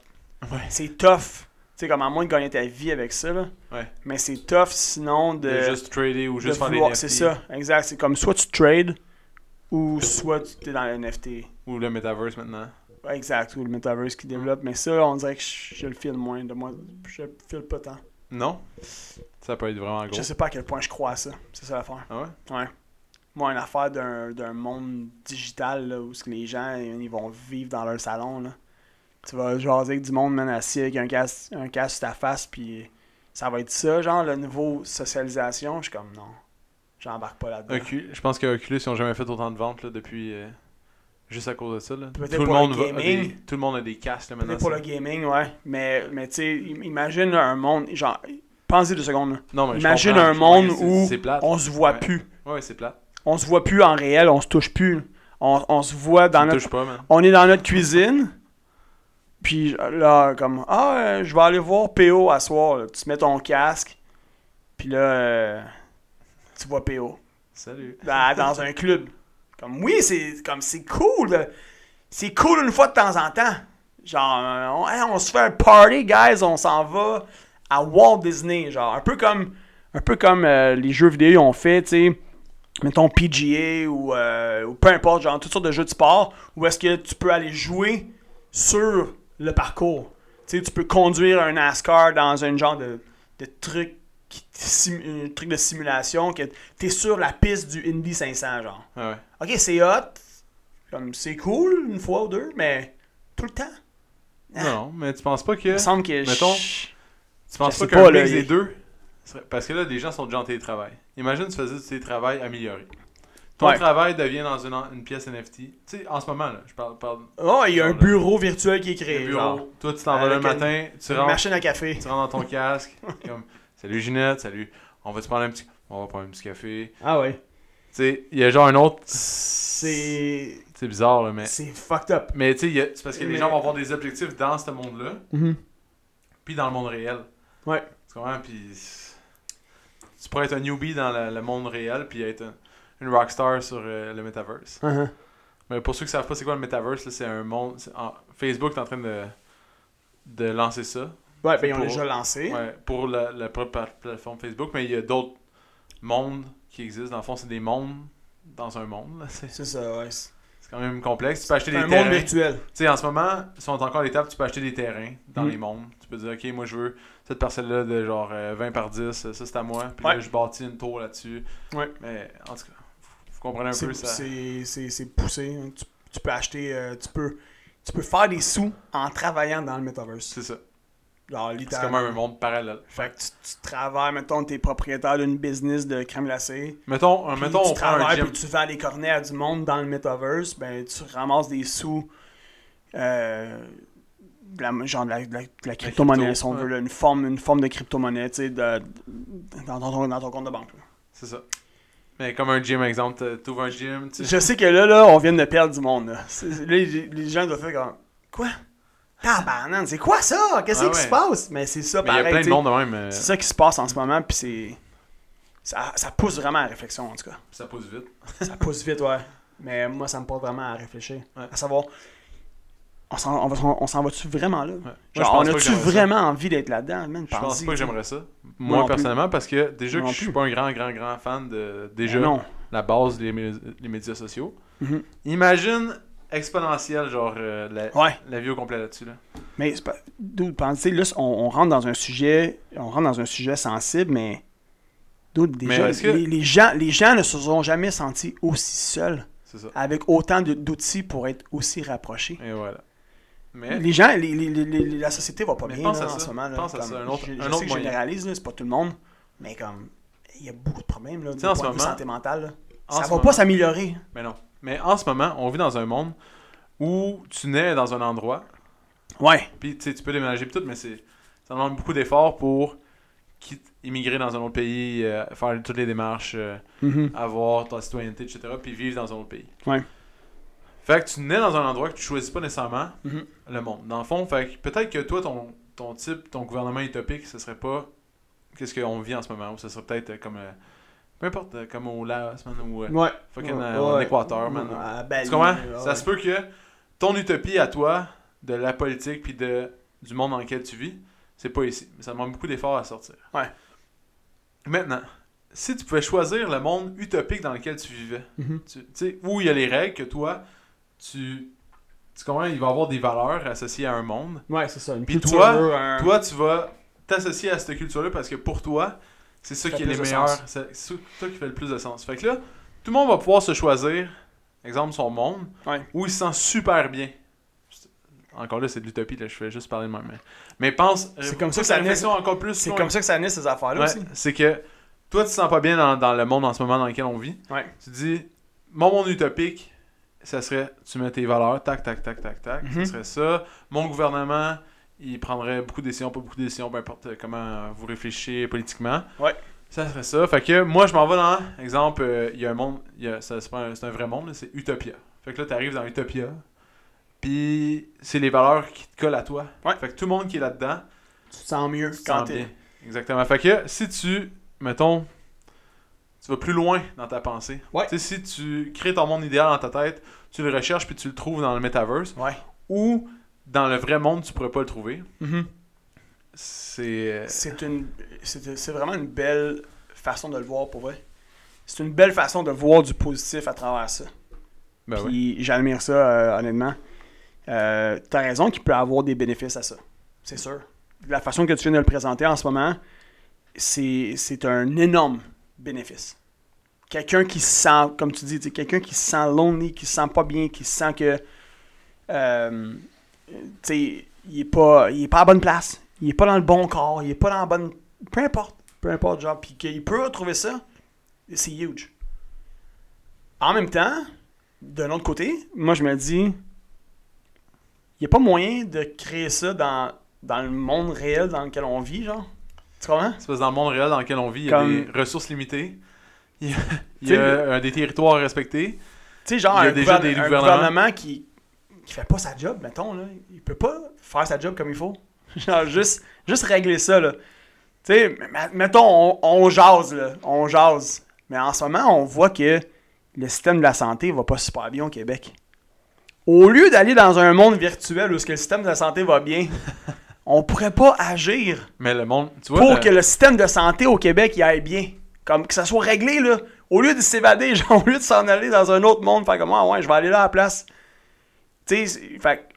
Ouais.
c'est tough. Tu sais, comme à moins de gagner ta vie avec ça, là.
Ouais.
Mais c'est tough sinon de
De, juste trader ou
de
juste faire des
vouloir-
NFT
C'est ça, exact. C'est comme soit tu trades ou soit tu es dans le NFT.
ou le metaverse maintenant.
Ouais, Exact, ou le metaverse qui développe. Mais ça, on dirait que je, je le file moins. De moi, je le file pas tant.
Non? Ça peut être vraiment gros.
Je sais pas à quel point je crois à ça. C'est ça l'affaire.
Ah ouais?
Moi, une affaire d'un d'un monde digital là, où ce que les gens ils vont vivre dans leur salon. Là. Tu vas jaser avec du monde, man, assis avec un casque, un casque sur ta face, puis ça va être ça, genre le niveau socialisation. Je suis comme non, j'embarque pas là-dedans.
Ocu- Je pense que Oculus, ils ont jamais fait autant de ventes là, depuis. euh, juste à cause de ça. Là. Tout,
Peut-être
le
pour le
monde va- a
gaming.
des, tout le monde a des casques là, maintenant.
Peut-être pour le
c'est-
gaming, ouais. Mais, mais tu sais, im- imagine là, un monde, genre, pensez deux secondes. là.
Non, mais je
imagine
comprends,
un
je comprends,
monde
c'est-
où
C'est plate.
On se voit
Ouais.
plus.
Ouais, c'est plate.
On se voit plus en réel, on se touche plus. On, on se voit
Ça
dans
me
notre.
touche pas, man.
On est dans notre cuisine. Puis là, comme, ah, euh, je vais aller voir PO à soir. là. Tu mets ton casque. Puis là, euh, tu vois PO.
Salut.
Dans, Bah, dans un club. Comme, oui, c'est comme c'est cool. là. C'est cool une fois de temps en temps. Genre, euh, on, hey, on se fait un party, guys, on s'en va à Walt Disney. Genre, un peu comme, un peu comme euh, les jeux vidéo ont fait, tu sais, mettons PGA ou, euh, ou peu importe, genre, toutes sortes de jeux de sport, où est-ce que tu peux aller jouer sur le parcours. Tu sais, tu peux conduire un NASCAR dans un genre de, de truc, qui simu- un truc de simulation que t'es sur la piste du Indy 500, genre.
Ah ouais.
Ok, c'est hot, comme c'est cool une fois ou deux, mais tout le temps. Ah.
Non, mais tu penses pas que.
Il me semble que. je-
Mettons, Tu penses
Je
pas
sais pas,
qu'un
là,
mix
il-
des deux ce serait- Parce que là, les gens sont déjà en télétravail. Imagine tu faisais du télétravail amélioré. Ton
Ouais.
travail devient dans une, en- une pièce NFT. Tu sais, en ce moment, là, je parle, parle
Oh, il y a un
Genre, là,
bureau virtuel qui est
le
créé.
bureau.
genre.
Toi, tu t'en vas le
Avec une-
matin, tu
Une
rentres,
machine à café.
tu rentres dans
[LAUGHS]
ton casque. comme, salut Ginette, salut. On va te prendre un petit. On va prendre un petit café.
Ah ouais.
Tu sais, il y a genre un autre.
C'est.
C'est bizarre, là, mais.
C'est fucked up.
Mais tu sais, il y a- c'est parce que les
Mais-
gens vont avoir des objectifs dans ce monde-là,
Mm-hmm.
puis dans le monde réel.
Ouais.
Tu comprends? Puis tu pourrais être un newbie dans la- le monde réel, puis être un- une rockstar sur euh, le metaverse.
Uh-huh.
Mais pour ceux qui savent pas c'est quoi le metaverse, là, c'est un monde. c'est- en- Facebook est en train de, de lancer ça
Ouais, ben ils ont
Pour-
déjà lancé.
ouais, pour la, la propre pla- plateforme Facebook, mais il y a d'autres mondes qui existent. Dans le fond, c'est des mondes dans un monde. là. [LAUGHS] C'est
C'est ça, ouais. C'est
c'est quand même complexe. Tu peux acheter des
un
terrains.
monde virtuel.
Tu sais, en ce moment, ils sont encore à l'étape, tu peux acheter des terrains dans
Mm.
les mondes. Tu peux dire, OK, moi, je veux cette parcelle-là de genre euh, 20 par 10, ça, c'est à moi. Puis là,
Ouais.
je bâtis une tour là-dessus.
Ouais.
Mais en tout cas, vous comprenez un
C'est
peu ça.
c'est- c'est- c'est poussé. hein. Tu, tu peux acheter, euh, tu peux tu peux faire des sous en travaillant dans le metaverse.
C'est ça.
Genre,
C'est comme
littéralement.
un monde parallèle.
Fait que tu, tu travailles, mettons, t'es propriétaire d'une business de crème glacée.
Mettons, euh,
Puis
mettons
tu
on prend un
travailles
gym.
puis tu vends les cornets à du monde dans le metaverse, ben tu ramasses des sous euh, de la, genre de la, de la- de la crypto-monnaie,
crypto,
si on
ouais.
veut, là, une, forme, une forme de crypto-monnaie, tu sais, de- de- dans, ton- dans ton compte de banque. là.
C'est ça. Mais comme un gym, exemple, tu ouvres un gym, tu sais.
Je sais que là, là, on vient de perdre du monde. Là, C'est- là, les, les gens doivent faire comme Quoi Tabarnan, c'est quoi ça Qu'est-ce
Ah
qui
ouais.
se passe Mais c'est ça,
Mais il y a
pareil.
plein
tu sais.
de monde de même. euh,
C'est ça qui se passe en ce moment, puis c'est. Ça, ça pousse vraiment à la réflexion, en
[LAUGHS]
tout cas.
Ça pousse vite.
Ça pousse vite, ouais. Mais moi, ça me porte vraiment à réfléchir.
Ouais.
À savoir, on s'en on va- on s'en va-tu vraiment là?
Ouais. Moi, je
Genre,
pense
on
pas que
a-tu
j'aimerais ça.
vraiment envie d'être là-dedans? Man,
Je pense
Pense-y,
pas que
tu sais.
j'aimerais ça.
Moi
Moi,
non plus.
personnellement, parce que déjà que
Moi non
je suis
plus.
pas un grand, grand, grand fan de déjà
Mais Non.
la base des mé- les médias sociaux.
Mhm.
Imagine exponentielle, genre euh, la,
Ouais.
la vie au complet là-dessus. Là.
Mais c'est pas... dude, pensez, là, on, on rentre dans un sujet. On rentre dans un sujet sensible, mais. Dude, déjà,
Mais est-ce que-
les, les gens, les gens ne se sont jamais sentis aussi seuls,
C'est ça.
avec autant de- d'outils pour être aussi rapprochés.
Et voilà. Mais
Les gens, les- les- les- les- la société va pas
Hein? Mais
bien
pense
là,
à
en
ça.
ce moment. là.
Pense à
Comme,
ça, un autre-
je, je
un
sais
autre
que je
moyen.
généralise, là, c'est pas tout le monde, mais comme il y a beaucoup de problèmes là, du
sais, en
point
ce
de vue
moment-
santé mentale. là.
en
Ça va
ce moment-
pas s'améliorer.
Mais non. Mais en ce moment, on vit dans un monde où tu nais dans un endroit,
Ouais.
puis tu sais, tu peux déménager pis tout, mais c'est ça demande beaucoup d'efforts pour quitte- immigrer dans un autre pays, euh, faire toutes les démarches, euh,
Mm-hmm.
avoir ta citoyenneté, etc., puis vivre dans un autre pays.
Ouais.
Fait que tu nais dans un endroit que tu choisis pas nécessairement
Mhm.
le monde. Dans le fond, fait que peut-être que toi, ton, ton type, ton gouvernement utopique, ce serait pas qu'est-ce qu'on vit en ce moment, ou ce serait peut-être euh, comme... euh, peu importe, euh, comme au Laos, man, ou... euh,
Ouais.
Fucking, euh, en Équateur, man.
À Bali,
Tu comprends?
là,
Ça
ouais.
se peut que ton utopie à toi, de la politique puis de, du monde dans lequel tu vis, c'est pas ici. Mais ça demande beaucoup d'efforts à sortir.
Ouais.
Maintenant, si tu pouvais choisir le monde utopique dans lequel tu vivais,
Mhm.
tu tu sais, où il y a les règles que toi, tu. Tu comprends? Il va y avoir des valeurs associées à un monde.
Ouais, c'est ça. Une
Puis
culture,
toi,
un-
Toi, tu vas t'associer à cette culture-là parce que pour toi, c'est ça
Ça
qui est
fait
les
plus de
meilleurs.
sens.
C'est c'est ça qui fait le plus de sens. Fait que là, tout le monde va pouvoir se choisir, exemple, son monde,
Ouais.
où il se sent super bien. C'est- Encore là, c'est de l'utopie, là, je fais juste parler de moi. Mais, mais pense. euh,
C'est comme ça que
pousse la
ça naît-
réflexion encore plus.
C'est
loin.
comme ça que ça naît ces affaires-là
Ouais,
aussi.
C'est que toi, tu te sens pas bien dans, dans le monde en ce moment dans lequel on vit.
Ouais.
Tu dis, mon monde utopique, ça serait, tu mets tes valeurs, tac, tac, tac, tac, tac,
Mhm.
ça serait ça. Mon gouvernement, il prendrait beaucoup de décisions, pas beaucoup de décisions, peu importe comment euh, vous réfléchissez politiquement.
Ouais.
Ça serait ça. Fait que moi, je m'en vais dans, exemple, euh, il y a un monde, il y a- ça, c'est pas un- c'est un vrai monde, là, c'est Utopia. Fait que là, t'arrives dans Utopia, puis c'est les valeurs qui te collent à toi.
Ouais.
Fait que tout le monde qui est là-dedans,
Tu te sens mieux
tu te
quand
sens
t'es.
bien. Exactement. Fait que si tu, mettons, tu vas plus loin dans ta pensée.
Ouais.
Tu sais, si tu crées ton monde idéal dans ta tête, tu le recherches puis tu le trouves dans le metaverse
Ouais.
ou dans le vrai monde, tu pourrais pas le trouver.
Mm-hmm.
C'est.
C'est une, c'est c'est vraiment une belle façon de le voir pour vrai. C'est une belle façon de voir du positif à travers ça.
Ben ouais.
Puis j'admire ça, euh, honnêtement. Euh, T'as raison qu'il peut avoir des bénéfices à ça. C'est sûr. La façon que tu viens de le présenter en ce moment, c'est c'est un énorme bénéfice. Quelqu'un qui se sent, comme tu dis, tu sais, quelqu'un qui se sent lonely, qui se sent pas bien, qui sent que. euh, tu sais, il est pas, il est pas à la bonne place, il est pas dans le bon corps, il est pas dans la bonne. Peu importe. Peu importe, genre. Puis qu'il peut retrouver ça, c'est huge. En même temps, d'un autre côté, moi je me dis, il n'y a pas moyen de créer ça dans, dans le monde réel dans lequel on vit, genre. Tu comprends?
C'est parce que dans le monde réel dans lequel on vit, il y a
Comme-
des ressources limitées. [LAUGHS] Il y a, il y
Tu sais,
a, euh, des territoires à respecter.
Tu sais, genre,
Il y a
un,
déjà
gouverne-
des
un
gouvernements.
gouvernement qui qui fait pas sa job, mettons, là. il peut pas faire sa job comme il faut. [LAUGHS] genre, juste, juste régler ça, là. Tu sais, m- m- mettons, on, on jase, là. On jase. Mais en ce moment, on voit que le système de la santé va pas super bien au Québec. Au lieu d'aller dans un monde virtuel où ce que le système de la santé
[LAUGHS]
va bien, on pourrait pas agir
Mais le monde. Tu vois,
pour
le-
que le système de santé au Québec y aille bien. Comme que ça soit réglé, là. Au lieu de s'évader, [LAUGHS] genre, au lieu de s'en aller dans un autre monde, faire comme, ah ouais, je vais aller là à la place. Tu sais, c'est- fait que,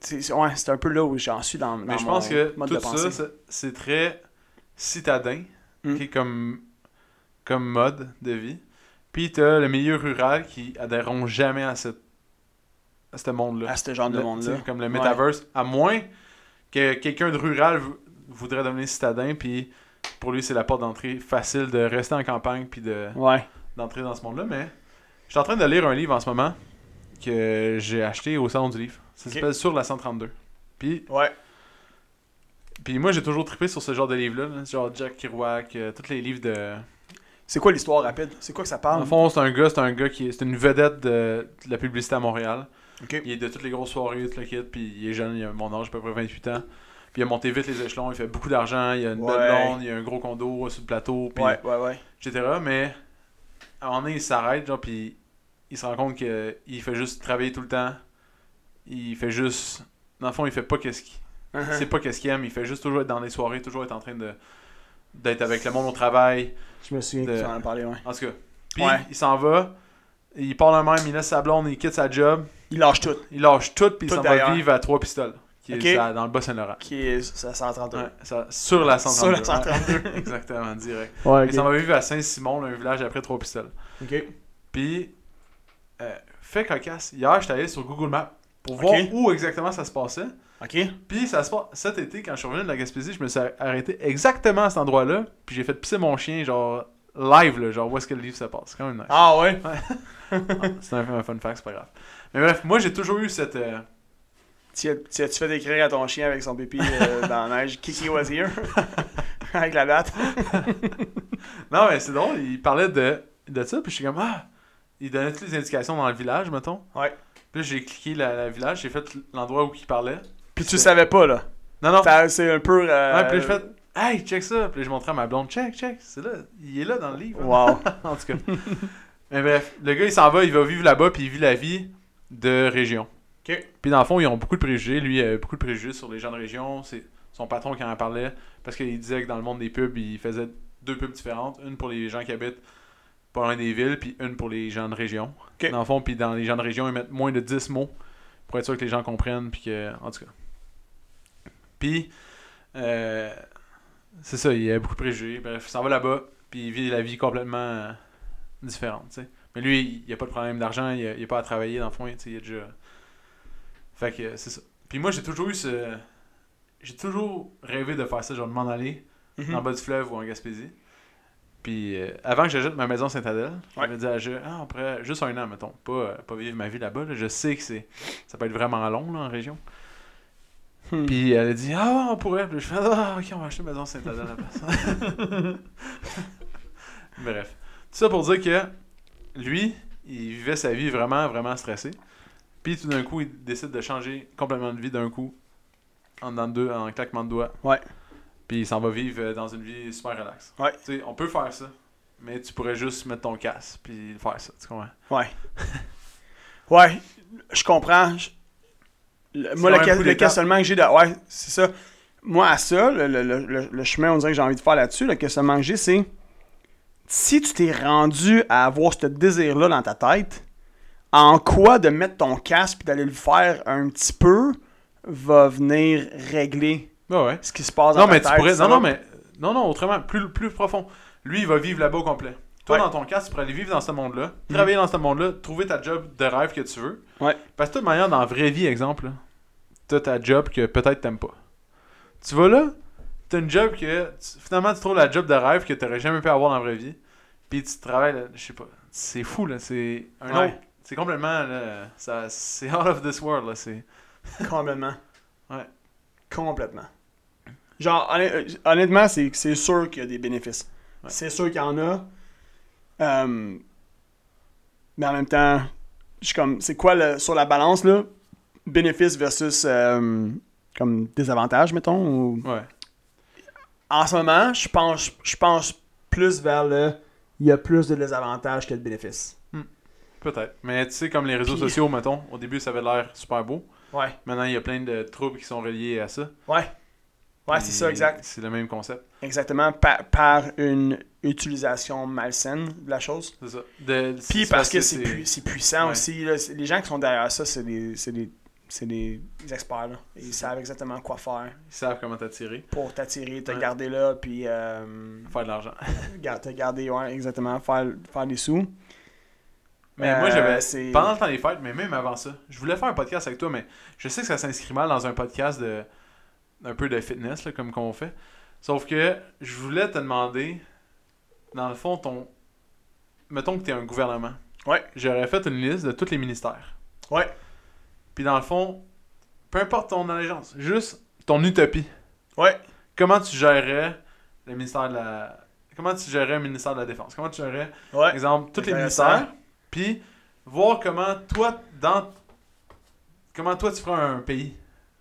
c'est c'est- ouais, c'est un peu là où j'en suis dans, dans
Mais je
mon
pense que
mode
tout
de pensée.
ça, c'est- c'est très citadin,
Mm.
qui est comme, comme mode de vie. Puis t'as le milieu rural qui adhéreront jamais à cette à ce monde-là.
à ce genre de
Le-
monde-là.
t'sais, Comme le metaverse. À moins que quelqu'un de rural vou- voudrait devenir citadin, puis pour lui, c'est la porte d'entrée facile de rester en campagne, puis de-
Ouais.
d'entrer dans ce monde-là. Mais je suis en train de lire un livre en ce moment que j'ai acheté au Salon du Livre. Ça
Ok.
s'appelle Sur la 132. Puis,
Ouais.
puis moi, j'ai toujours trippé sur ce genre de livre-là, là, genre Jack Kerouac, euh, tous les livres de.
C'est quoi l'histoire rapide? C'est quoi que ça
En
parle?
fond, c'est un gars, c'est un gars qui est, c'est une vedette de, de la publicité à Montréal.
Ok.
Il est de toutes les grosses soirées, tout le kit, puis il est jeune, il a mon âge, à peu près 28 ans. Puis il a monté vite les échelons, il fait beaucoup d'argent, il a une
Ouais.
belle blonde, il a un gros condo euh, sur le plateau, puis
Ouais, ouais, ouais.
etc. Mais à un moment donné, il s'arrête, genre, puis il se rend compte que il fait juste travailler tout le temps. Il fait juste. Dans le fond, il fait pas qu'est-ce qu'il
Uh-huh.
c'est pas qu'est-ce qu'il aime, il fait juste toujours être dans les soirées, toujours être en train de d'être avec le monde au travail,
Je me souviens
de-
que tu en as parlé, ouais.
en tout cas. Puis
Ouais.
il s'en va, il part le même, il laisse sa blonde, il quitte sa job,
Il lâche tout.
il lâche tout, puis il
Tout
s'en
derrière.
va vivre à Trois Pistoles, qui
Ok.
est à- dans le Bas-Saint-Laurent.
Qui est c'est à 132.
Ouais, ça- sur la 132.
Sur la
ouais.
132. [LAUGHS]
Exactement, direct.
Ouais,
Il s'en va vivre à Saint-Simon, là, un village après Trois Pistoles.
ok.
Puis, euh, fait cocasse, hier, j'étais allé sur Google Maps pour voir
Ok.
où exactement ça se passait.
Ok.
Puis ça se passe cet été quand je suis revenu de la Gaspésie, je me suis arrêté exactement à cet endroit-là, puis j'ai fait pisser mon chien genre live là, genre où est-ce que le livre se passe, C'est quand même nice.
Ah ouais? [LAUGHS]
C'est un, un fun fact, c'est pas grave. Mais bref, moi j'ai toujours eu cette euh,
Tu as, tu as- tu fait écrire à ton chien avec son pipi [LAUGHS] euh, dans la neige. Kiki was [LAUGHS] here. avec la date.
Non, mais c'est drôle, il parlait de de ça, puis je suis comme ah, il donnait toutes les indications dans le village, mettons.
Ouais.
Puis là, j'ai cliqué la, la village, j'ai fait l'endroit où il parlait.
Puis tu savais pas, là.
Non non.
T'as- C'est un peu. euh,
Ouais, puis là, j'ai fait hey, check ça, puis là, je montrais à ma blonde, check, check, c'est là, il est là dans le livre.
Wow.
[LAUGHS] En tout cas. Mais bref, le gars, il s'en va, il va vivre là-bas, puis il vit la vie de région.
Ok.
Puis dans le fond, ils ont beaucoup de préjugés. Lui, il avait beaucoup de préjugés sur les gens de région. C'est son patron qui en parlait, parce qu'il disait que dans le monde des pubs, il faisait deux pubs différentes. Une pour les gens qui habitent pas loin des villes, puis une pour les gens de région.
Ok.
Dans le fond, puis dans les gens de région, ils mettent moins de 10 mots pour être sûr que les gens comprennent, puis que... En tout cas. Puis, euh, c'est ça, il a beaucoup de préjugés. Bref, il s'en va là-bas, puis il vit la vie complètement euh, différente, tu sais. Mais lui, il- il a pas de problème d'argent, il a, il a pas à travailler, dans le fond, tu sais, il a déjà... Fait que euh, c'est ça. Puis moi, j'ai toujours eu ce... J'ai toujours rêvé de faire ça, genre de m'en aller en bas du fleuve ou en Gaspésie. Puis euh, avant que j'achète ma maison Saint-Adèle, j'avais dit à Jeu, ah, on pourrait juste un an, mettons, pas, euh, pas vivre ma vie là-bas, là. je sais que c'est ça peut être vraiment long là, en région.
Hmm.
Puis elle a dit, ah ouais, on pourrait. Puis je fais, ah ok, on va acheter une maison Saint-Adèle à la place. Bref. Tout ça pour dire que lui, il vivait sa vie vraiment, vraiment stressé. Puis tout d'un coup, il décide de changer complètement de vie d'un coup, en dedans de deux, en claquement de doigts.
Ouais.
Puis il s'en va vivre euh, dans une vie super relaxe.
Ouais.
Tu sais, on peut faire ça, mais tu pourrais juste mettre ton casque puis faire ça, tu comprends?
Ouais. ouais, je comprends. Je- le-
C'est
moi, le,
quand même
ca-
beaucoup
le
d'étapes.
questionnement que j'ai de. Ouais, c'est ça. Moi, à ça, le, le- le- le- le chemin, on dirait que j'ai envie de faire là-dessus, le questionnement que j'ai, c'est si tu t'es rendu à avoir ce désir-là dans ta tête, en quoi de mettre ton casque et d'aller le faire un petit peu va venir régler
Bah ouais.
ce qui se passe
Non,
dans ta
mais tu
tête?
pourrais.
ça
Non, non,
va-
mais. Non, non, autrement, plus, plus profond. Lui, il va vivre là-bas au complet. Toi,
Ouais. Mhm.
dans ton cas, tu pourrais aller vivre dans ce monde-là, travailler dans ce monde-là, trouver ta job de rêve que tu veux.
Ouais.
Parce que, de toute manière, dans la vraie vie, exemple, là, t'as ta job que peut-être t'aimes pas. Tu vas là, t'as une job que. tu- finalement, tu trouves la job de rêve que t'aurais jamais pu avoir dans la vraie vie. Puis tu travailles, là, je sais pas. C'est fou, là. C'est un
Ouais.
autre. C'est complètement. là, ça- C'est [LAUGHS] out of this world, là. C'est.
Complètement.
Ouais.
Complètement. Genre, honn- euh, honnêtement, c'est c'est sûr qu'il y a des bénéfices.
Ouais.
C'est sûr qu'il y en a. Euh, mais en même temps, je suis comme, c'est quoi le, sur la balance, là? Bénéfices versus euh, comme désavantages, mettons? ou-
Ouais.
En ce moment, je pense, je pense plus vers le. Il y a plus de désavantages que de bénéfices.
Peut-être. Mais tu sais, comme les réseaux
Puis-
sociaux, mettons, au début, ça avait l'air super beau.
Ouais.
Maintenant, il y a plein de troubles qui sont reliés à ça.
Ouais. Ouais, c'est
Puis
ça, exact.
C'est le même concept.
Exactement. Par, par une utilisation malsaine de la chose.
C'est ça. De-
Puis
c'est
parce que c'est pui- c'est puissant
Ouais.
aussi. là. C'est- Les gens qui sont derrière ça, c'est des, c'est des, c'est des experts. là. Ils savent exactement quoi faire
Ils savent comment t'attirer,
pour t'attirer, te
Ouais.
garder là, puis euh,
faire de l'argent. [LAUGHS]
gar- te garder, ouais, exactement, faire, faire des sous.
Mais
Euh,
moi, j'avais.
c'est-
Pendant le temps des fêtes, mais même avant ça, je voulais faire un podcast avec toi, mais je sais que ça s'inscrit mal dans un podcast de. un peu de fitness, là, comme qu'on fait. Sauf que je voulais te demander, dans le fond, ton. Mettons que tu es un gouvernement.
Ouais.
J'aurais fait une liste de tous les ministères.
Ouais.
Puis dans le fond, peu importe ton allégeance, juste ton utopie.
Ouais.
Comment tu gérerais le ministère de la. Comment tu gérerais le ministère de la Défense Comment tu gérerais
Ouais.
par exemple, tous les
Intéressant.
ministères, puis voir comment toi, dans... comment toi tu feras un pays.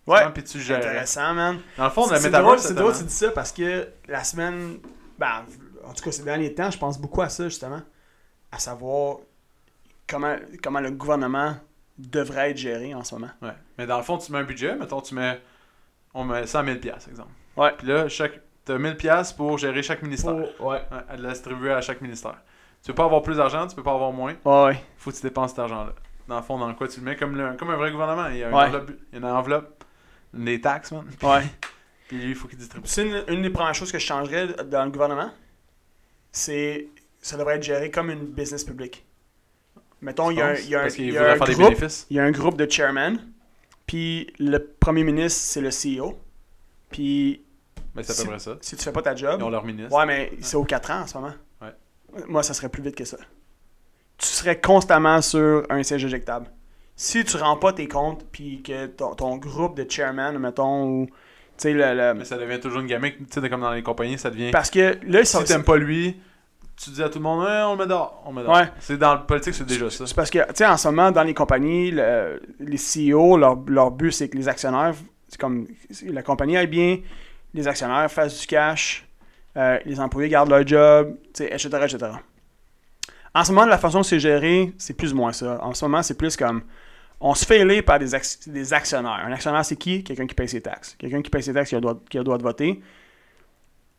Ouais.
Comment, Puis tu gères.
Intéressant, man.
Dans le fond, la
C'est- c'est drôle,
métaphore,
c'est drôle que tu dis ça parce que la semaine, ben, en tout cas ces derniers temps, je pense beaucoup à ça justement, à savoir comment, comment le gouvernement devrait être géré en ce moment.
Ouais. Mais dans le fond, tu mets un budget, mettons, tu mets. On met 100 000 exemple.
Ouais.
Puis là, chaque... tu as 1000 piastres pour gérer chaque ministère.
ouais.
Ouais, à distribuer à chaque ministère. Tu peux pas avoir plus d'argent, tu peux pas avoir moins.
Ouais,
Faut que tu dépenses cet argent-là. Dans le fond, dans quoi tu le mets comme, le- comme un vrai gouvernement. Il y a une
Ouais.
enveloppe, il y a une enveloppe, des taxes, man.
ouais.
Puis lui, il faut qu'il distribue.
C'est une, une des premières choses que je changerais dans le gouvernement, c'est ça devrait être géré comme une business publique. Mettons, il y a un, il y a un-
Parce qu'il
il y a
voudrait
un
faire des
groupe
bénéfices.
il y a un groupe de chairman, puis le premier ministre, c'est le CEO. Puis
Mais c'est à peu près ça.
si tu fais pas ta job,
Ils ont leur ministre.
ouais, mais c'est aux 4 ans en ce moment.
Ouais.
Moi, ça serait plus vite que ça. Tu serais constamment sur un siège éjectable. Si tu rends pas tes comptes, puis que ton, ton groupe de chairman, mettons, ou. Tu sais, le. le-
Mais ça devient toujours une gimmick, tu sais, de- comme dans les compagnies, ça devient.
parce que là, ils
si
sont-
t'aimes pas lui, tu dis à tout le monde, Eh, on le met dehors, on le met dehors.
Ouais.
C'est dans le politique, c'est déjà ça.
C'est parce que, tu sais, en ce moment, dans les compagnies, le- les CEO, leur, leur but, c'est que les actionnaires, c'est comme la compagnie aille bien, les actionnaires fassent du cash, euh, les employés gardent leur job, tu sais, etc., etc. En ce moment, la façon que c'est géré, c'est plus ou moins ça. En ce moment, c'est plus comme on se fait élire par des, ac- des actionnaires. Un actionnaire, c'est qui Quelqu'un qui paye ses taxes. Quelqu'un qui paye ses taxes, qui a le droit, qui a le droit de voter,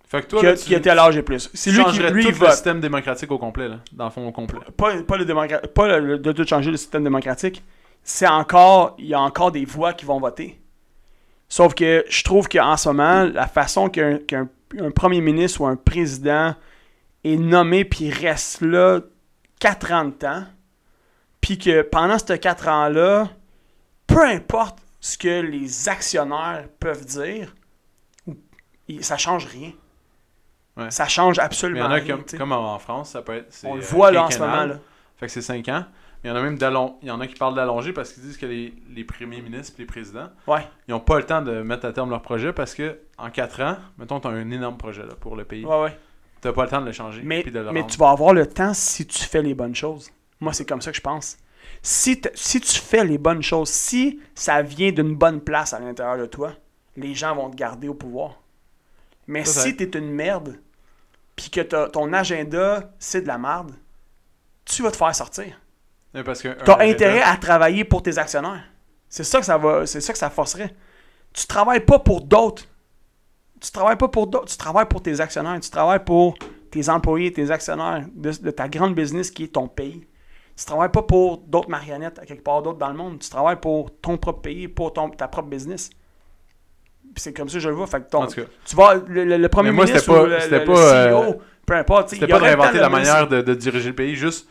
Fait que toi,
qui,
là,
a,
tu
qui a tel âge et plus. C'est lui qui
changerais
lui,
tout
il
le
vote.
système démocratique au complet, là. Dans le fond, au complet.
pas, pas le démocra- pas le- le- de tout changer le système démocratique, c'est encore, il y a encore des voix qui vont voter. Sauf que je trouve qu'en ce moment, la façon qu'un qu'un- un premier ministre ou un président est nommé puis reste là 4 ans de temps, puis que pendant ces 4 ans-là, peu importe ce que les actionnaires peuvent dire, ou- il- ça change rien.
Ouais.
Ça change
Mais il
absolument
y en a
rien.
comme,
tu sais.
comme en France, ça peut être. c'est,
On le
euh,
voit là en ce
quinquennal.
moment. Là.
Fait que c'est 5 ans. Mais il y en a même d'allon... il y en a qui parlent d'allonger parce qu'ils disent que les, les premiers ministres les présidents,
Ouais.
ils n'ont pas le temps de mettre à terme leur projet parce que en 4 ans, mettons, tu as un énorme projet là, pour le pays.
Ouais, ouais.
T'as pas le temps de le changer.
Mais,
puis de le
mais
rendre.
tu vas avoir le temps si tu fais les bonnes choses. Moi, c'est comme ça que je pense. Si, t- si tu fais les bonnes choses, si ça vient d'une bonne place à l'intérieur de toi, les gens vont te garder au pouvoir. Mais
Ça, ça-
si tu es une merde, puis que t'as- ton agenda, c'est de la merde, tu vas te faire sortir.
Ouais, parce que
Tu as
un agenda-
intérêt à travailler pour tes actionnaires. C'est ça que ça va, c'est ça que ça forcerait. Tu travailles pas pour d'autres. Tu travailles pas pour d'autres, tu travailles pour tes actionnaires, tu travailles pour tes employés, tes actionnaires de, de ta grande business qui est ton pays. Tu travailles pas pour d'autres marionnettes à quelque part d'autre dans le monde, tu travailles pour ton propre pays, pour ton, ta propre business. Puis c'est comme ça que je le vois, fait que ton-
En tout cas.
tu vas le, le- le premier
Mais moi,
ministre
c'était
ou
pas-
le-
c'était
le- le
pas, euh,
CEO, peu importe, tu sais,
C'était
il
pas
aurait le temps
d'inventer
de
la
nommer-
manière de, de diriger le pays, juste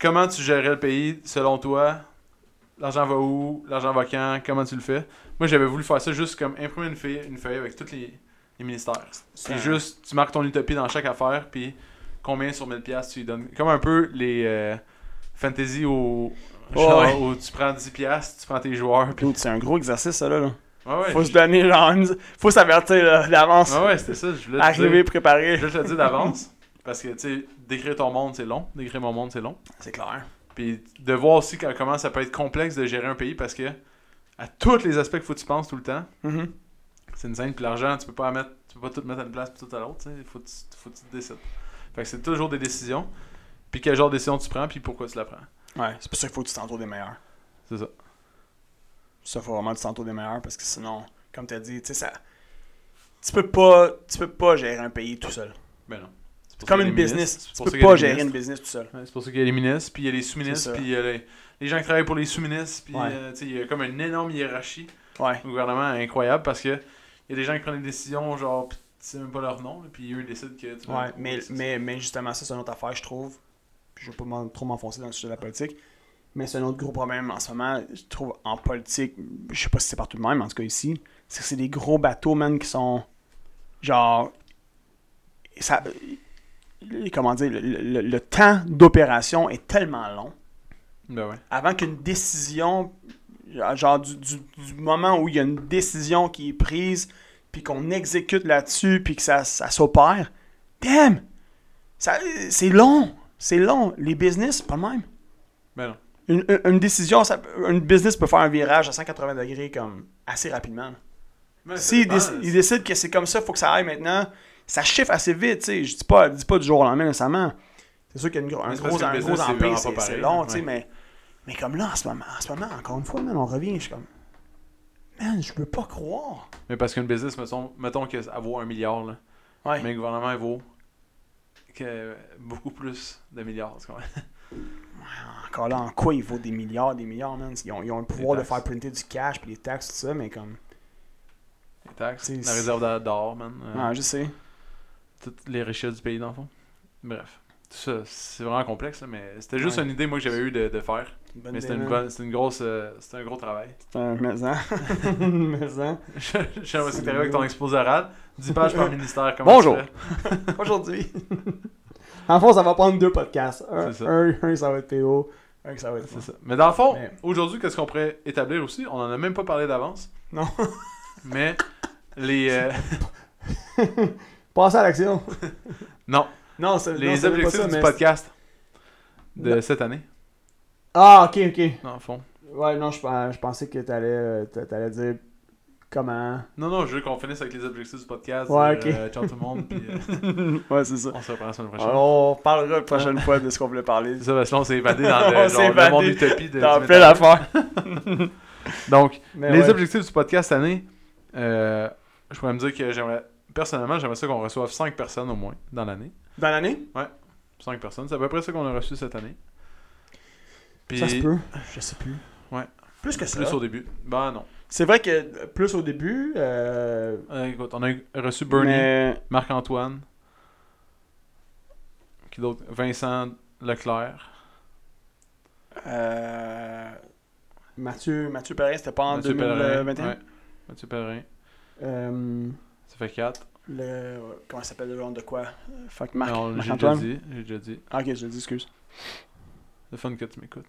comment tu gérais le pays selon toi, l'argent va où, l'argent va quand, comment tu le fais. Moi j'avais voulu faire ça juste comme imprimer une feuille, une feuille avec tous les, les ministères.
C'est
Puis
un-
juste, tu marques ton utopie dans chaque affaire, puis combien sur 1000 pièces tu lui donnes. Comme un peu les euh, fantasy où, genre,
Ouais.
où tu prends 10 pièces, tu prends tes joueurs. Puis...
Dude, c'est un gros exercice ça là. là.
Ouais, ouais,
Faut
je-
se donner, genre, une- faut s'avertir là, d'avance.
ouais, ouais, c'était ça, je voulais te
Arriver
dire.
préparé.
[LAUGHS] Je voulais te le dis d'avance, parce que, tu sais, décrire ton monde, c'est long, décrire mon monde, c'est long.
C'est clair.
Puis de voir aussi que- comment ça peut être complexe de gérer un pays parce que à tous les aspects qu'il faut que tu penses tout le temps,
Mm-hmm.
c'est une scène. Puis l'argent, tu peux pas la mettre, tu peux pas tout mettre à une place puis tout à l'autre. tu sais. Faut que tu- faut que tu te décides. Fait que c'est toujours des décisions. Puis quel genre de décision tu prends, puis pourquoi tu la prends.
Ouais, c'est pour ça qu'il faut que tu t'entoures des meilleurs.
C'est ça.
Ça, faut vraiment que tu t'entoures des meilleurs parce que sinon, comme tu as dit, tu sais, ça. Tu peux pas, tu peux pas gérer un pays tout seul.
Mais non. C'est pour ça qu'il y
Ben C'est comme
a
une
des
business.
ministres, c'est
Tu
pour ça
peux
qu'il y a
pas
des
gérer une
ministres.
business tout seul.
Ouais, C'est pour ça qu'il y a les ministres, puis il y a les sous-ministres,
C'est ça.
puis il y a les, les gens qui travaillent pour les sous-ministres, puis
Ouais.
euh, tu sais, il y a comme une énorme hiérarchie
Ouais.
au gouvernement incroyable parce que il y a des gens qui prennent des décisions, genre, pis tu sais même pas leur nom, là, puis eux ils décident que tu vas-
Ouais, mais, mais, mais justement, ça, c'est une autre affaire, je trouve. puis je ne vais pas m'en- trop m'enfoncer dans le sujet de la politique, mais c'est un autre gros problème en ce moment, je trouve, en politique, je sais pas si c'est partout de même, en tout cas ici, c'est que c'est des gros bateaux, man, qui sont, genre, ça, comment dire, le- le- le temps d'opération est tellement long
Ben ouais.
avant qu'une décision, genre du, du- du moment où il y a une décision qui est prise, puis qu'on exécute là-dessus, puis que ça, ça s'opère, damn! Ça- C'est long! C'est long! Les business, pas le même.
Ben non.
Une, une- une décision, ça, une business peut faire un virage à 180 degrés comme assez rapidement.
Ben, ça
S'ils
dépend,
déc- ils décident que c'est comme ça, faut que ça aille maintenant, ça chiffre assez vite, tu sais. Je dis pas, je dis pas du jour au lendemain nécessairement. C'est sûr qu'il y a une gro- un
Mais c'est
gros,
parce
un
que le
gros
business, c'est
empire,
vraiment
c'est
pas
c'est
pareil,
long,
ouais.
tu sais, mais, mais comme là, en ce moment, en ce moment, encore une fois, man, on revient, je suis comme, man, je peux pas croire.
Mais parce qu'une business, mettons, mettons que ça vaut un milliard, là.
Ouais.
Mais le gouvernement, il vaut que beaucoup plus de milliards. tu comprends?
Encore là, en quoi il vaut des milliards, des milliards, man. Ils ont, ils ont le pouvoir de
taxes.
faire printer du cash, puis les taxes, tout ça, mais comme,
Les taxes,
C'est-
la réserve d'a- d'or, man. euh,
ah, je sais.
toutes les richesses du pays, dans le fond. Bref. Tout ça, c'est vraiment complexe, là, mais c'était juste
Ouais.
une idée, moi, que j'avais eu de, de faire. mais c'était une bonne, c'était une grosse, euh, c'était un gros travail.
C'est un
[LAUGHS]
maison. maison.
J'aimerais ça que t'arrives avec ton exposé oral. 10 pages par ministère, comment
Bonjour.
tu fais?
Aujourd'hui. [LAUGHS] en fond, ça va prendre deux podcasts. Un,
C'est ça.
un, un, ça va être PO, un que ça va être.
C'est ça. Mais dans le fond,
Mais-
aujourd'hui, qu'est-ce qu'on pourrait établir aussi? On en a même pas parlé d'avance.
Non.
[LAUGHS] mais les... euh,
[LAUGHS] Passer à l'action.
non.
Euh, Non, c'est non,
Les
c'est même pas
objectifs
ça,
du
mais-
podcast de
Non.
cette année,
Ah, ok, ok.
dans le fond.
Ouais, non, je, pens- je pensais que t'allais, euh, t'a- t'allais dire comment.
Non, non, je veux qu'on finisse avec les objectifs du podcast.
Ouais,
dire, euh, ciao tout le monde, puis euh,
[LAUGHS] ouais, c'est ça.
on se reprend la semaine prochaine.
Ah, On parlera la prochaine fois de ce qu'on voulait [LAUGHS] parler.
C'est ça, parce que là, on s'est évadé dans
On
le, genre,
s'est
le
évadé
monde utopie de.
T'en
du
fais
métal.
[LAUGHS] l'affaire.
Donc,
Mais
les
ouais.
objectifs du podcast cette année, euh, je pourrais me dire que j'aimerais. Personnellement, j'aimerais ça qu'on reçoive 5 personnes au moins dans l'année.
Dans l'année
5 personnes, c'est à peu près ça qu'on a reçu cette année. Puis,
Ça se peut. Je sais plus.
Ouais.
Plus que ça.
Plus au début. Ben non.
C'est vrai que euh, plus au début. Euh...
Euh, écoute, on a eu- reçu Bernie,
mais-
Marc-Antoine, qui d'autre Vincent Leclerc.
Euh... Mathieu, Mathieu Perrin, c'était pas en
Mathieu Pellerin.
2021.
ouais. Mathieu Pellerin.
Euh,
Ça fait 4.
le... Comment ça s'appelle le genre de quoi Euh, Fuck, Marc.
Non, j'ai déjà
Marc-Antoine.
dit. J'ai déjà dit.
Ah, ok, je le dis, excuse. [LAUGHS]
C'est fun que tu m'écoutes.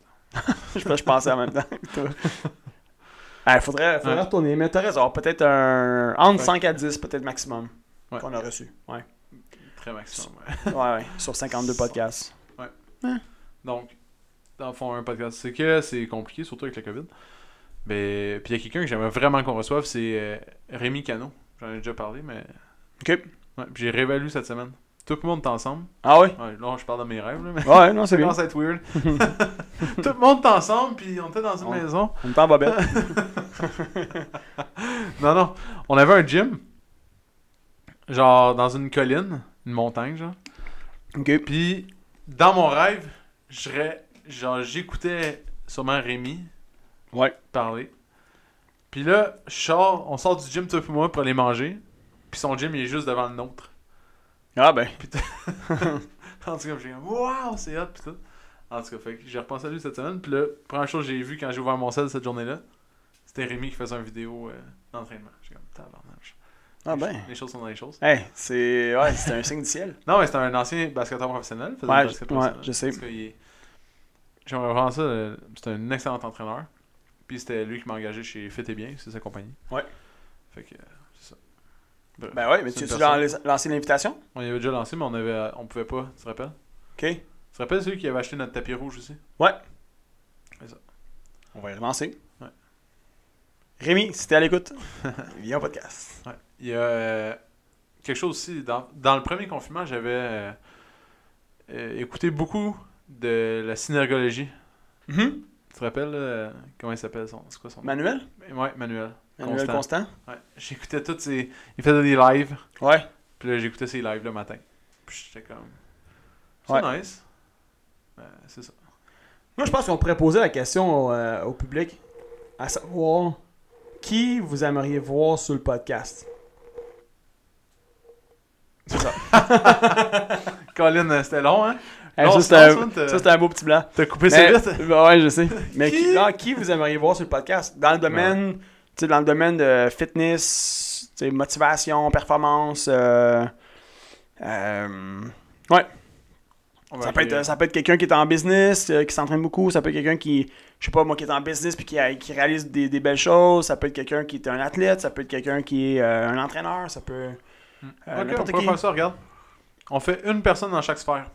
je, je pensais en même temps que
[LAUGHS]
toi. Il faudrait, faudrait
Ouais.
retourner. Mais t'as raison, peut-être un. Entre
Ouais.
5 à 10, peut-être maximum.
Ouais.
Qu'on a reçu. Ouais.
Très maximum. ouais.
ouais, ouais. Sur 52 podcasts.
Donc, dans le fond, un podcast, c'est que c'est compliqué, surtout avec la COVID. Mais, puis il y a quelqu'un que j'aimerais vraiment qu'on reçoive, c'est euh, Rémi Cano. J'en ai déjà parlé, mais.
Ok.
Ouais, puis j'ai réévalué cette semaine. Tout le monde est ensemble. [LAUGHS]
Ah ouais?
Ouais, là, je parle de mes rêves, là, mais
Ouais,
[LAUGHS]
non,
ça
Ah, c'est bien.
commence à être
[LAUGHS]
weird. Tout le monde est ensemble, puis on était dans une
On-
maison.
On est en bobette.
[LAUGHS] Non, non. On avait un gym. Genre, dans une colline, une montagne, genre.
Ok.
Puis, dans mon rêve, je ré- genre, j'écoutais sûrement Rémi
Ouais.
parler. Puis là, je sors, on sort du gym, toi et moi, pour aller manger. Puis son gym, il est juste devant le
[LAUGHS]
nôtre.
Ah ben.
En tout cas, j'ai comme, waouh, c'est hot, pis tout. En tout cas, fait que j'ai repensé à lui cette semaine. Puis là, première chose que j'ai vue quand j'ai ouvert mon sel cette journée-là, c'était Rémi qui faisait une vidéo euh, d'entraînement. J'ai comme, tabarnak.
Ah
Les
ben.
cho- Les choses sont dans les choses.
Hey, c'est. Ouais, c'est un signe du ciel.
Non, mais c'était un ancien basketteur professionnel. faisait du
Ouais,
basket
je- ouais,
professionnel.
je sais.
En tout cas, il est- J'aimerais vraiment ça. euh, C'était un excellent entraîneur. Puis c'était lui qui m'a engagé chez Fit et Bien, c'est sa compagnie.
Ouais.
Fait que, euh, c'est ça.
Ben ouais, mais
C'est
tu
une
as-tu
personne.
lan- lancé l'invitation?
On y avait déjà lancé, mais on avait, euh, on pouvait pas, tu te rappelles?
Ok.
Tu te rappelles celui qui avait acheté notre tapis rouge aussi?
On va y relancer.
Ouais.
Rémi, si t'es à
[LAUGHS]
l'écoute, viens au podcast.
Ouais. Il y a euh, quelque chose aussi. Dans, dans le premier confinement, j'avais euh, euh, écouté beaucoup de la synergologie. Tu te rappelles euh, comment il s'appelle son. C'est quoi son nom?
Manuel?
Ouais, Manuel.
Manuel
Constant.
Constant?
Ouais, j'écoutais toutes ses. Il faisait des lives,
Ouais.
puis là j'écoutais ses lives le matin. Puis j'étais comme. C'est
Ouais.
nice. Ben, c'est ça.
Moi, je pense qu'on pourrait poser la question au, euh, au public, à savoir qui vous aimeriez voir sur le podcast.
Colin, euh, c'était long, hein?
Hey,
Non,
Eh, ça, c'était
non, ça,
un,
t'as-
ça, c'était un beau petit blanc.
T'as coupé ça
Mais-
vite?
[LAUGHS] bah ouais,
[LAUGHS]
je sais. Mais qui,
Qui?
non, qui vous aimeriez voir sur le podcast Dans le domaine, tu sais, dans le domaine de fitness, tu sais, motivation, performance. euh, euh, ça, peut
euh,
être, euh, ça peut être quelqu'un qui est en business, euh, qui s'entraîne beaucoup. Ça peut être quelqu'un qui, je sais pas moi, qui est en business puis qui, a- qui réalise des, des belles choses. Ça peut être quelqu'un qui est un athlète. Ça peut être quelqu'un qui est euh, un entraîneur. Ça peut.
Hmm.
euh,
ok, on
n'importe
pourrait
qui.
faire ça, regarde. On fait une personne dans chaque sphère.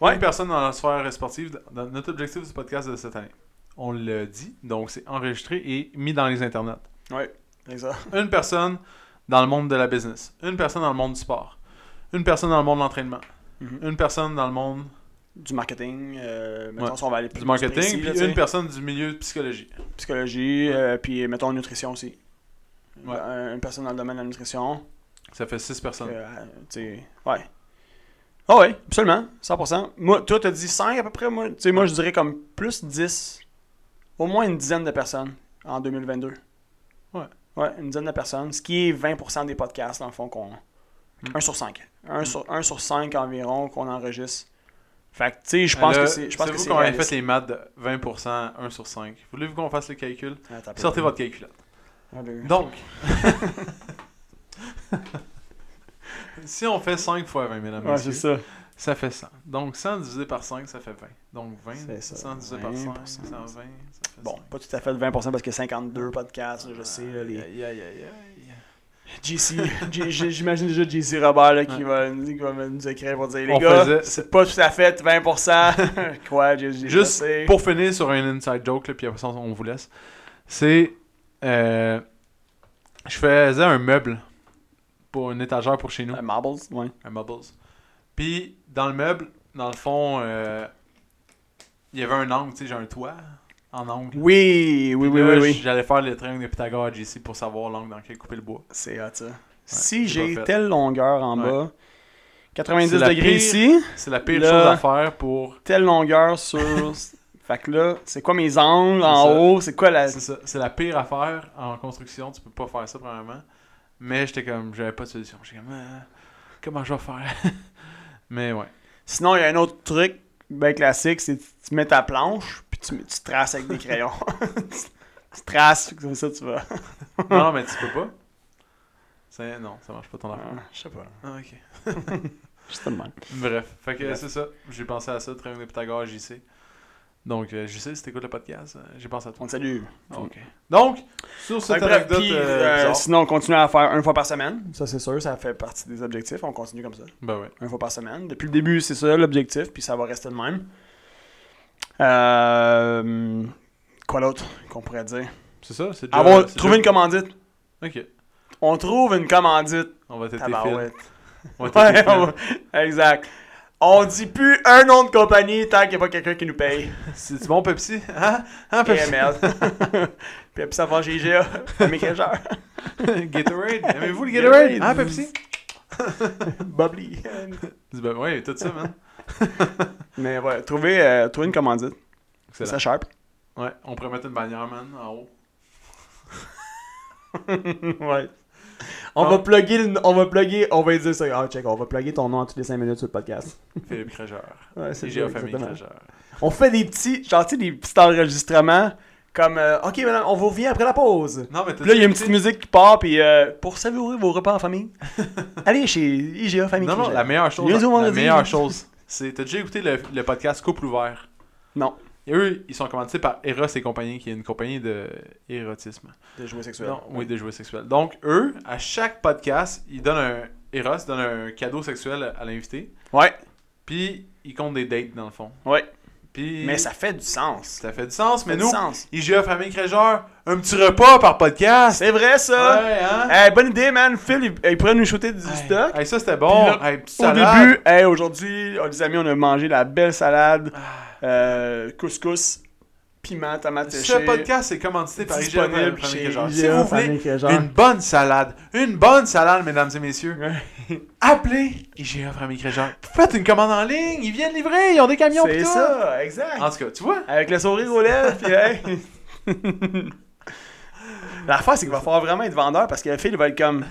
Ouais.
Une personne dans la sphère sportive. Dans- notre objectif du podcast de cette année. On le dit, donc c'est enregistré et mis dans les internets.
Exact.
Une personne dans le monde de la business. Une personne dans le monde du sport. Une personne dans le monde de l'entraînement.
Mhm.
Une personne dans le monde
Du marketing. euh, mettons,
Ouais.
si on va aller plus
du marketing.
précis, là,
puis
tu sais.
une personne du milieu de psychologie.
psychologie, euh, puis mettons nutrition aussi.
Ouais.
Euh, une personne dans le domaine de la nutrition.
Ça fait six
que,
personnes.
euh, tu sais, ouais. Ah ouais, absolument, 100%. Moi, toi, t'as dit 5 à peu près. Moi, tu sais, moi, je dirais comme plus 10, au moins une dizaine de personnes en 2022.
Ouais.
Ouais, une dizaine de personnes, ce qui est 20% des podcasts, dans le fond, qu'on.
Mm.
1 sur 5. 1
Mm.
sur, 1 sur 5 environ qu'on enregistre. Fait que, tu sais, je pense
Ben Là,
que c'est. Je pense
Euh,
que
savez-vous
c'est.
qu'on avait
réaliste.
fait les maths de 20%, 1 sur 5. Voulez-vous qu'on fasse les calculs?
Attends un peu.
Sortez votre calculette.
Un, deux.
Donc, [LAUGHS] si on fait 5 fois 20, mesdames et
Ouais, c'est
messieurs,
ça.
ça fait 100. Donc, 100 divisé par 5, ça fait 20. Donc, 20,
C'est ça,
100 divisé
20%.
par 5, 120, ça fait
Bon,
5.
pas tout à fait le 20% parce que 52 podcasts, là, je sais, là, les
Aïe, aïe, aïe, aïe.
JC, J- j- j'imagine déjà JC Robert là, qui,
Ouais.
va, qui va nous écrire pour dire les
On
gars,
faisait-
c'est pas tout à
[LAUGHS]
fait 20%. Quoi, j'ai j'ai- je
Juste
sais.
Pour finir sur un inside joke, là, puis après ça, on vous laisse. C'est. euh, je faisais un meuble pour une étagère pour chez nous.
Euh, Marbles, ouais.
un Mubbles. Puis, dans le meuble, dans le fond, euh, il y avait un angle, tu sais, j'ai un toit en angle.
Oui,
Puis
oui, oui,
là,
oui, oui.
J'allais faire le triangle de Pythagore à JC pour savoir l'angle dans lequel couper le bois.
C'est hot, ça. si
c'est
j'ai
pas fait.
telle longueur en
Ouais.
bas, 90
C'est la
degrés
pire-
ici,
C'est la pire
Là-
chose à faire pour.
telle
[LAUGHS]
longueur sur. fait que là, c'est quoi mes angles en
C'est ça.
haut, c'est quoi la.
C'est ça. C'est la pire affaire en construction. Tu peux pas faire ça, premièrement. Mais j'étais comme. J'avais pas de solution. J'étais comme. euh, comment je vais faire [LAUGHS] Mais ouais.
Sinon, il y a un autre truc bien classique, c'est tu tu mets ta planche, puis tu, mets- tu traces avec des crayons. [LAUGHS] tu, tu traces, comme ça tu vas.
Non, mais tu peux pas. C'est- Non, ça marche pas ton affaire.
je sais pas.
Ah, ok.
C'est tellement.
Bref, fait que
Bref.
c'est ça. J'ai pensé à ça, Triangle de Pythagore, JC. Donc, euh, JC, si t'écoutes le podcast, euh, j'ai pensé à toi.
On te salue.
Ok. Donc, sur cette
Ah, Fait que bref,
anecdote
puis,
euh,
euh,
bizarre-
sinon, on continue à faire une fois par semaine. Ça, c'est sûr, ça fait partie des objectifs. On continue comme ça.
Ben ouais.
Une fois par semaine. Depuis le début, c'est ça l'objectif, puis ça va rester le même. Euh, quoi d'autre qu'on pourrait dire
C'est ça, c'est déjà...
Ah bon,
c'est
trouver une
déjà-
commandite.
Ok,
On trouve une commandite.
on va têter fil.
[LAUGHS] Tabarouette.
On va têter
Ah, bah Ouais,
fil.
on va- exact. On dit plus un nom de compagnie tant qu'il n'y a pas quelqu'un qui nous paye.
C'est bon, Pepsi? Hein? Hein, Pepsi?
PML. [LAUGHS] Puis ça va [LAUGHS] GGA. Mes cageurs.
[LAUGHS] Gatorade? Aimez-vous le Gatorade?
Gatorade. Ah,
Hein, Pepsi?
Bob Lee.
Dis, Ben ouais, tout ça,
[LAUGHS]
man.
Mais ouais, trouver, euh, trouver une commandite. C'est
Excellent.
ça, Sharp.
Ouais, on pourrait mettre une bannière, man, en haut.
[LAUGHS] ouais. On
Ah.
va plugger, le- on va plugger, on va dire ça. Ah, check, on va plugger ton nom à toutes les 5 minutes sur le podcast.
Philippe
[LAUGHS]
Crégeur.
Ouais,
C'est
ça,
Géo Famille
exactement.
Crégeur.
On fait des petits, genre, tu sais, des petits enregistrements comme, euh, ok, madame, on vous revient après la pause.
Non, mais t'as
Puis là, il y a une petite musique qui part, puis euh, pour savourer vos repas en [LAUGHS] famille, allez chez IGA Famille.
Non, non,
Cruiser.
la meilleure chose,
Lundi au
la
vendredi.
meilleure chose, c'est, t'as déjà écouté le, le podcast Couple Ouvert?
Non.
Et eux, ils sont commandités par Eros et compagnie, qui est une compagnie de érotisme.
De jouets sexuels.
Non, oui, de jouets sexuels. Donc, eux, à chaque podcast, ils donnent un... Eros donne un cadeau sexuel à l'invité,
Ouais,
puis ils comptent des dates, dans le fond.
ouais.
Puis...
Mais ça fait du sens.
ça fait du sens, mais
fait
nous,
du sens.
IGA Famille Crégeur, un petit repas par podcast!
C'est vrai, ça.
Ouais, hein?
Hey, bonne idée, man. Phil, il, il pourrait nous shooter du
Hey,
stock.
hey, ça, c'était bon!
Puis là,
Hey, petite
Au
salade.
début, hey, aujourd'hui, oh, les amis, on a mangé la belle salade, euh, couscous, piment, tomate séchée.
Ce podcast est commandité par IGA
disponible
Famille
chez
Crégeur. Si
IGA
vous voulez
Famille Crégeur.
Une bonne salade. Une bonne salade, mesdames et messieurs.
[LAUGHS] Ouais.
Appelez IGA Famille Crégeur. Faites une commande en ligne. Ils viennent livrer. Ils ont des camions
C'est
pis tout.
ça, exact.
En tout cas, tu vois.
Avec le sourire aux lèvres, puis hey. [LAUGHS] L'affaire, c'est qu'il va falloir vraiment être vendeur parce que le fil va être comme.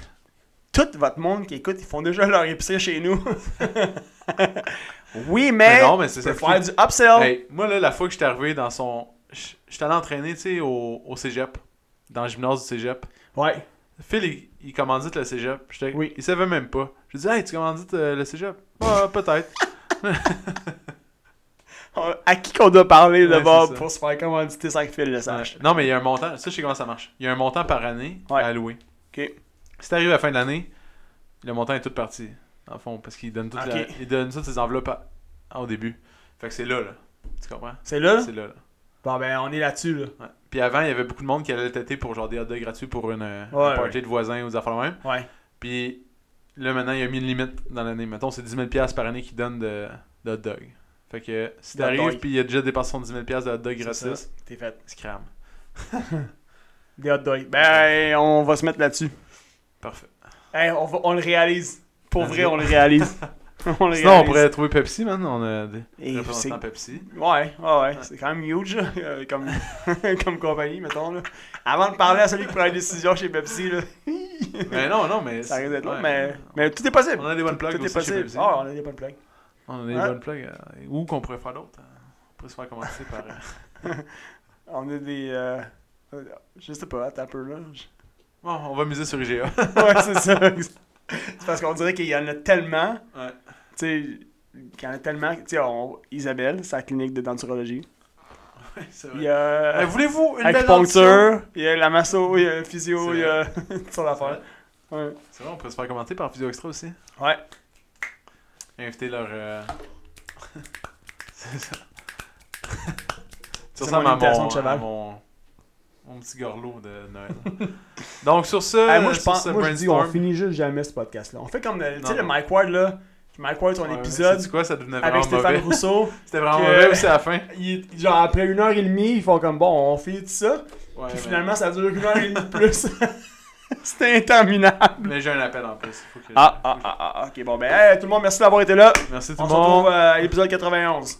Tout votre monde qui écoute, ils font déjà leur épicerie chez nous. [LAUGHS] Oui, mais,
Mais non, mais c'est
tu peux
ça.
faire du upsell.
Hey, moi, là, la fois que j'étais arrivé dans son. j- J'étais allé entraîner, tu sais, au, au cégep. Dans le gymnase du cégep.
Ouais.
Phil, il, il commandite le cégep. J'étais-
Oui.
Il savait même pas. Je lui dis, hey, tu commandites euh, le cégep Ouais, peut-être.
On- À qui qu'on doit parler
Ouais,
d'abord
c'est ça.
pour se faire commanditer 5 fils, le sage?
Euh, Non, mais il y a un montant. Ça, je sais comment ça marche. Il y a un montant par année
Ouais.
à allouer.
Ok.
Si t'arrives à la fin de l'année, le montant est tout parti. En fond, parce qu'il donne, toute la-
Ok.
il donne toutes ses enveloppes à- à- au début. Fait que c'est là, là. Tu comprends
C'est là? là?
C'est là, là.
Bon, ben, on est là-dessus, là.
Ouais. Puis avant, il y avait beaucoup de monde qui allait têter pour genre des hot dogs gratuits pour une, euh,
Ouais,
un party de voisins ou des affaires de même.
Ouais.
Puis là, maintenant, il y a mis une limite dans l'année. Mettons, c'est 10 000 par année qu'il donne de, de hot dog. Fait que si
De hot dog.
t'arrives puis il a déjà dépassé son 10 000 de hot dog
C'est ça.
gratis,
T'es fait.
scram.
Des hot dogs. Ben, on va se mettre là-dessus.
Parfait.
Hey, on, va- on le réalise. Pour
Let's
vrai,
go.
on le [LAUGHS] réalise. on le
Sinon, on
réalise.
pourrait trouver Pepsi, man. On a des
Et
représentants
c'est-
Pepsi.
Ouais, ouais, ouais. C'est quand même huge, là, euh, comme, [LAUGHS] comme compagnie, mettons. Là. Avant de parler à celui qui prend les décisions chez Pepsi, là.
Mais Ben non, non, mais.
[LAUGHS] ça risque d'être long,
ouais.
mais, mais tout est possible.
On a des bonnes plaques
Tout est Hein?
aussi chez
possible.
Pepsi.
Ah, on a des bonnes plaques.
On a des
Ouais.
bonnes plugs. euh, Où qu'on pourrait faire d'autres euh, On pourrait se faire commencer par. euh,
On a des. euh, euh, je sais pas, attends un peu, là. [LAUGHS] Je-
[LAUGHS] Bon, on va miser sur [LAUGHS] IGA.
Ouais, c'est ça. [LAUGHS] C'est parce qu'on dirait qu'il y en a tellement.
Ouais.
Tu sais, qu'il y en a tellement. Tu sais, on- Isabelle, sa clinique de denturologie.
Ouais, c'est vrai.
Il y a.
Euh, Voulez-vous une belle dentition?
acupuncture, il y a la masso, il y a le physio,
C'est
il y a [LAUGHS] toutes sortes d'affaires. Ouais.
C'est vrai, on pourrait se faire commenter par Physio Extra aussi.
Ouais.
Inviter leur.
[LAUGHS]
euh, c'est ça.
C'est
Tu
mon
ressembles à
imitation
mon,
de cheval.
à mon, mon petit gorlot de Noël. [LAUGHS] Donc, sur ce,
Hey, moi, je
sur
pense,
ce
moi, je dis, on
brainstorm-
finit juste jamais ce podcast-là. On fait comme, le- tu sais,
Non.
le Mike Ward, là, Mike Ward, son
Ouais,
épisode
sais-tu quoi, ça devenait
avec
vraiment
Stéphane
mauvais. [LAUGHS]
Rousseau.
C'était vraiment
que-
mauvais aussi à la fin.
il- genre, après une heure et demie, ils font comme, bon, on finit tout ça.
Ouais,
Puis
mais-
finalement, ça dure une heure et demie de
[LAUGHS]
plus. [LAUGHS] C'était interminable.
Mais j'ai un appel en plus. Faut que-
Ah, ah, ah, ah, ok, bon, ben, hey, tout le monde, merci d'avoir été là.
Merci tout
On
le
se retrouve
monde.
euh, à l'épisode 91.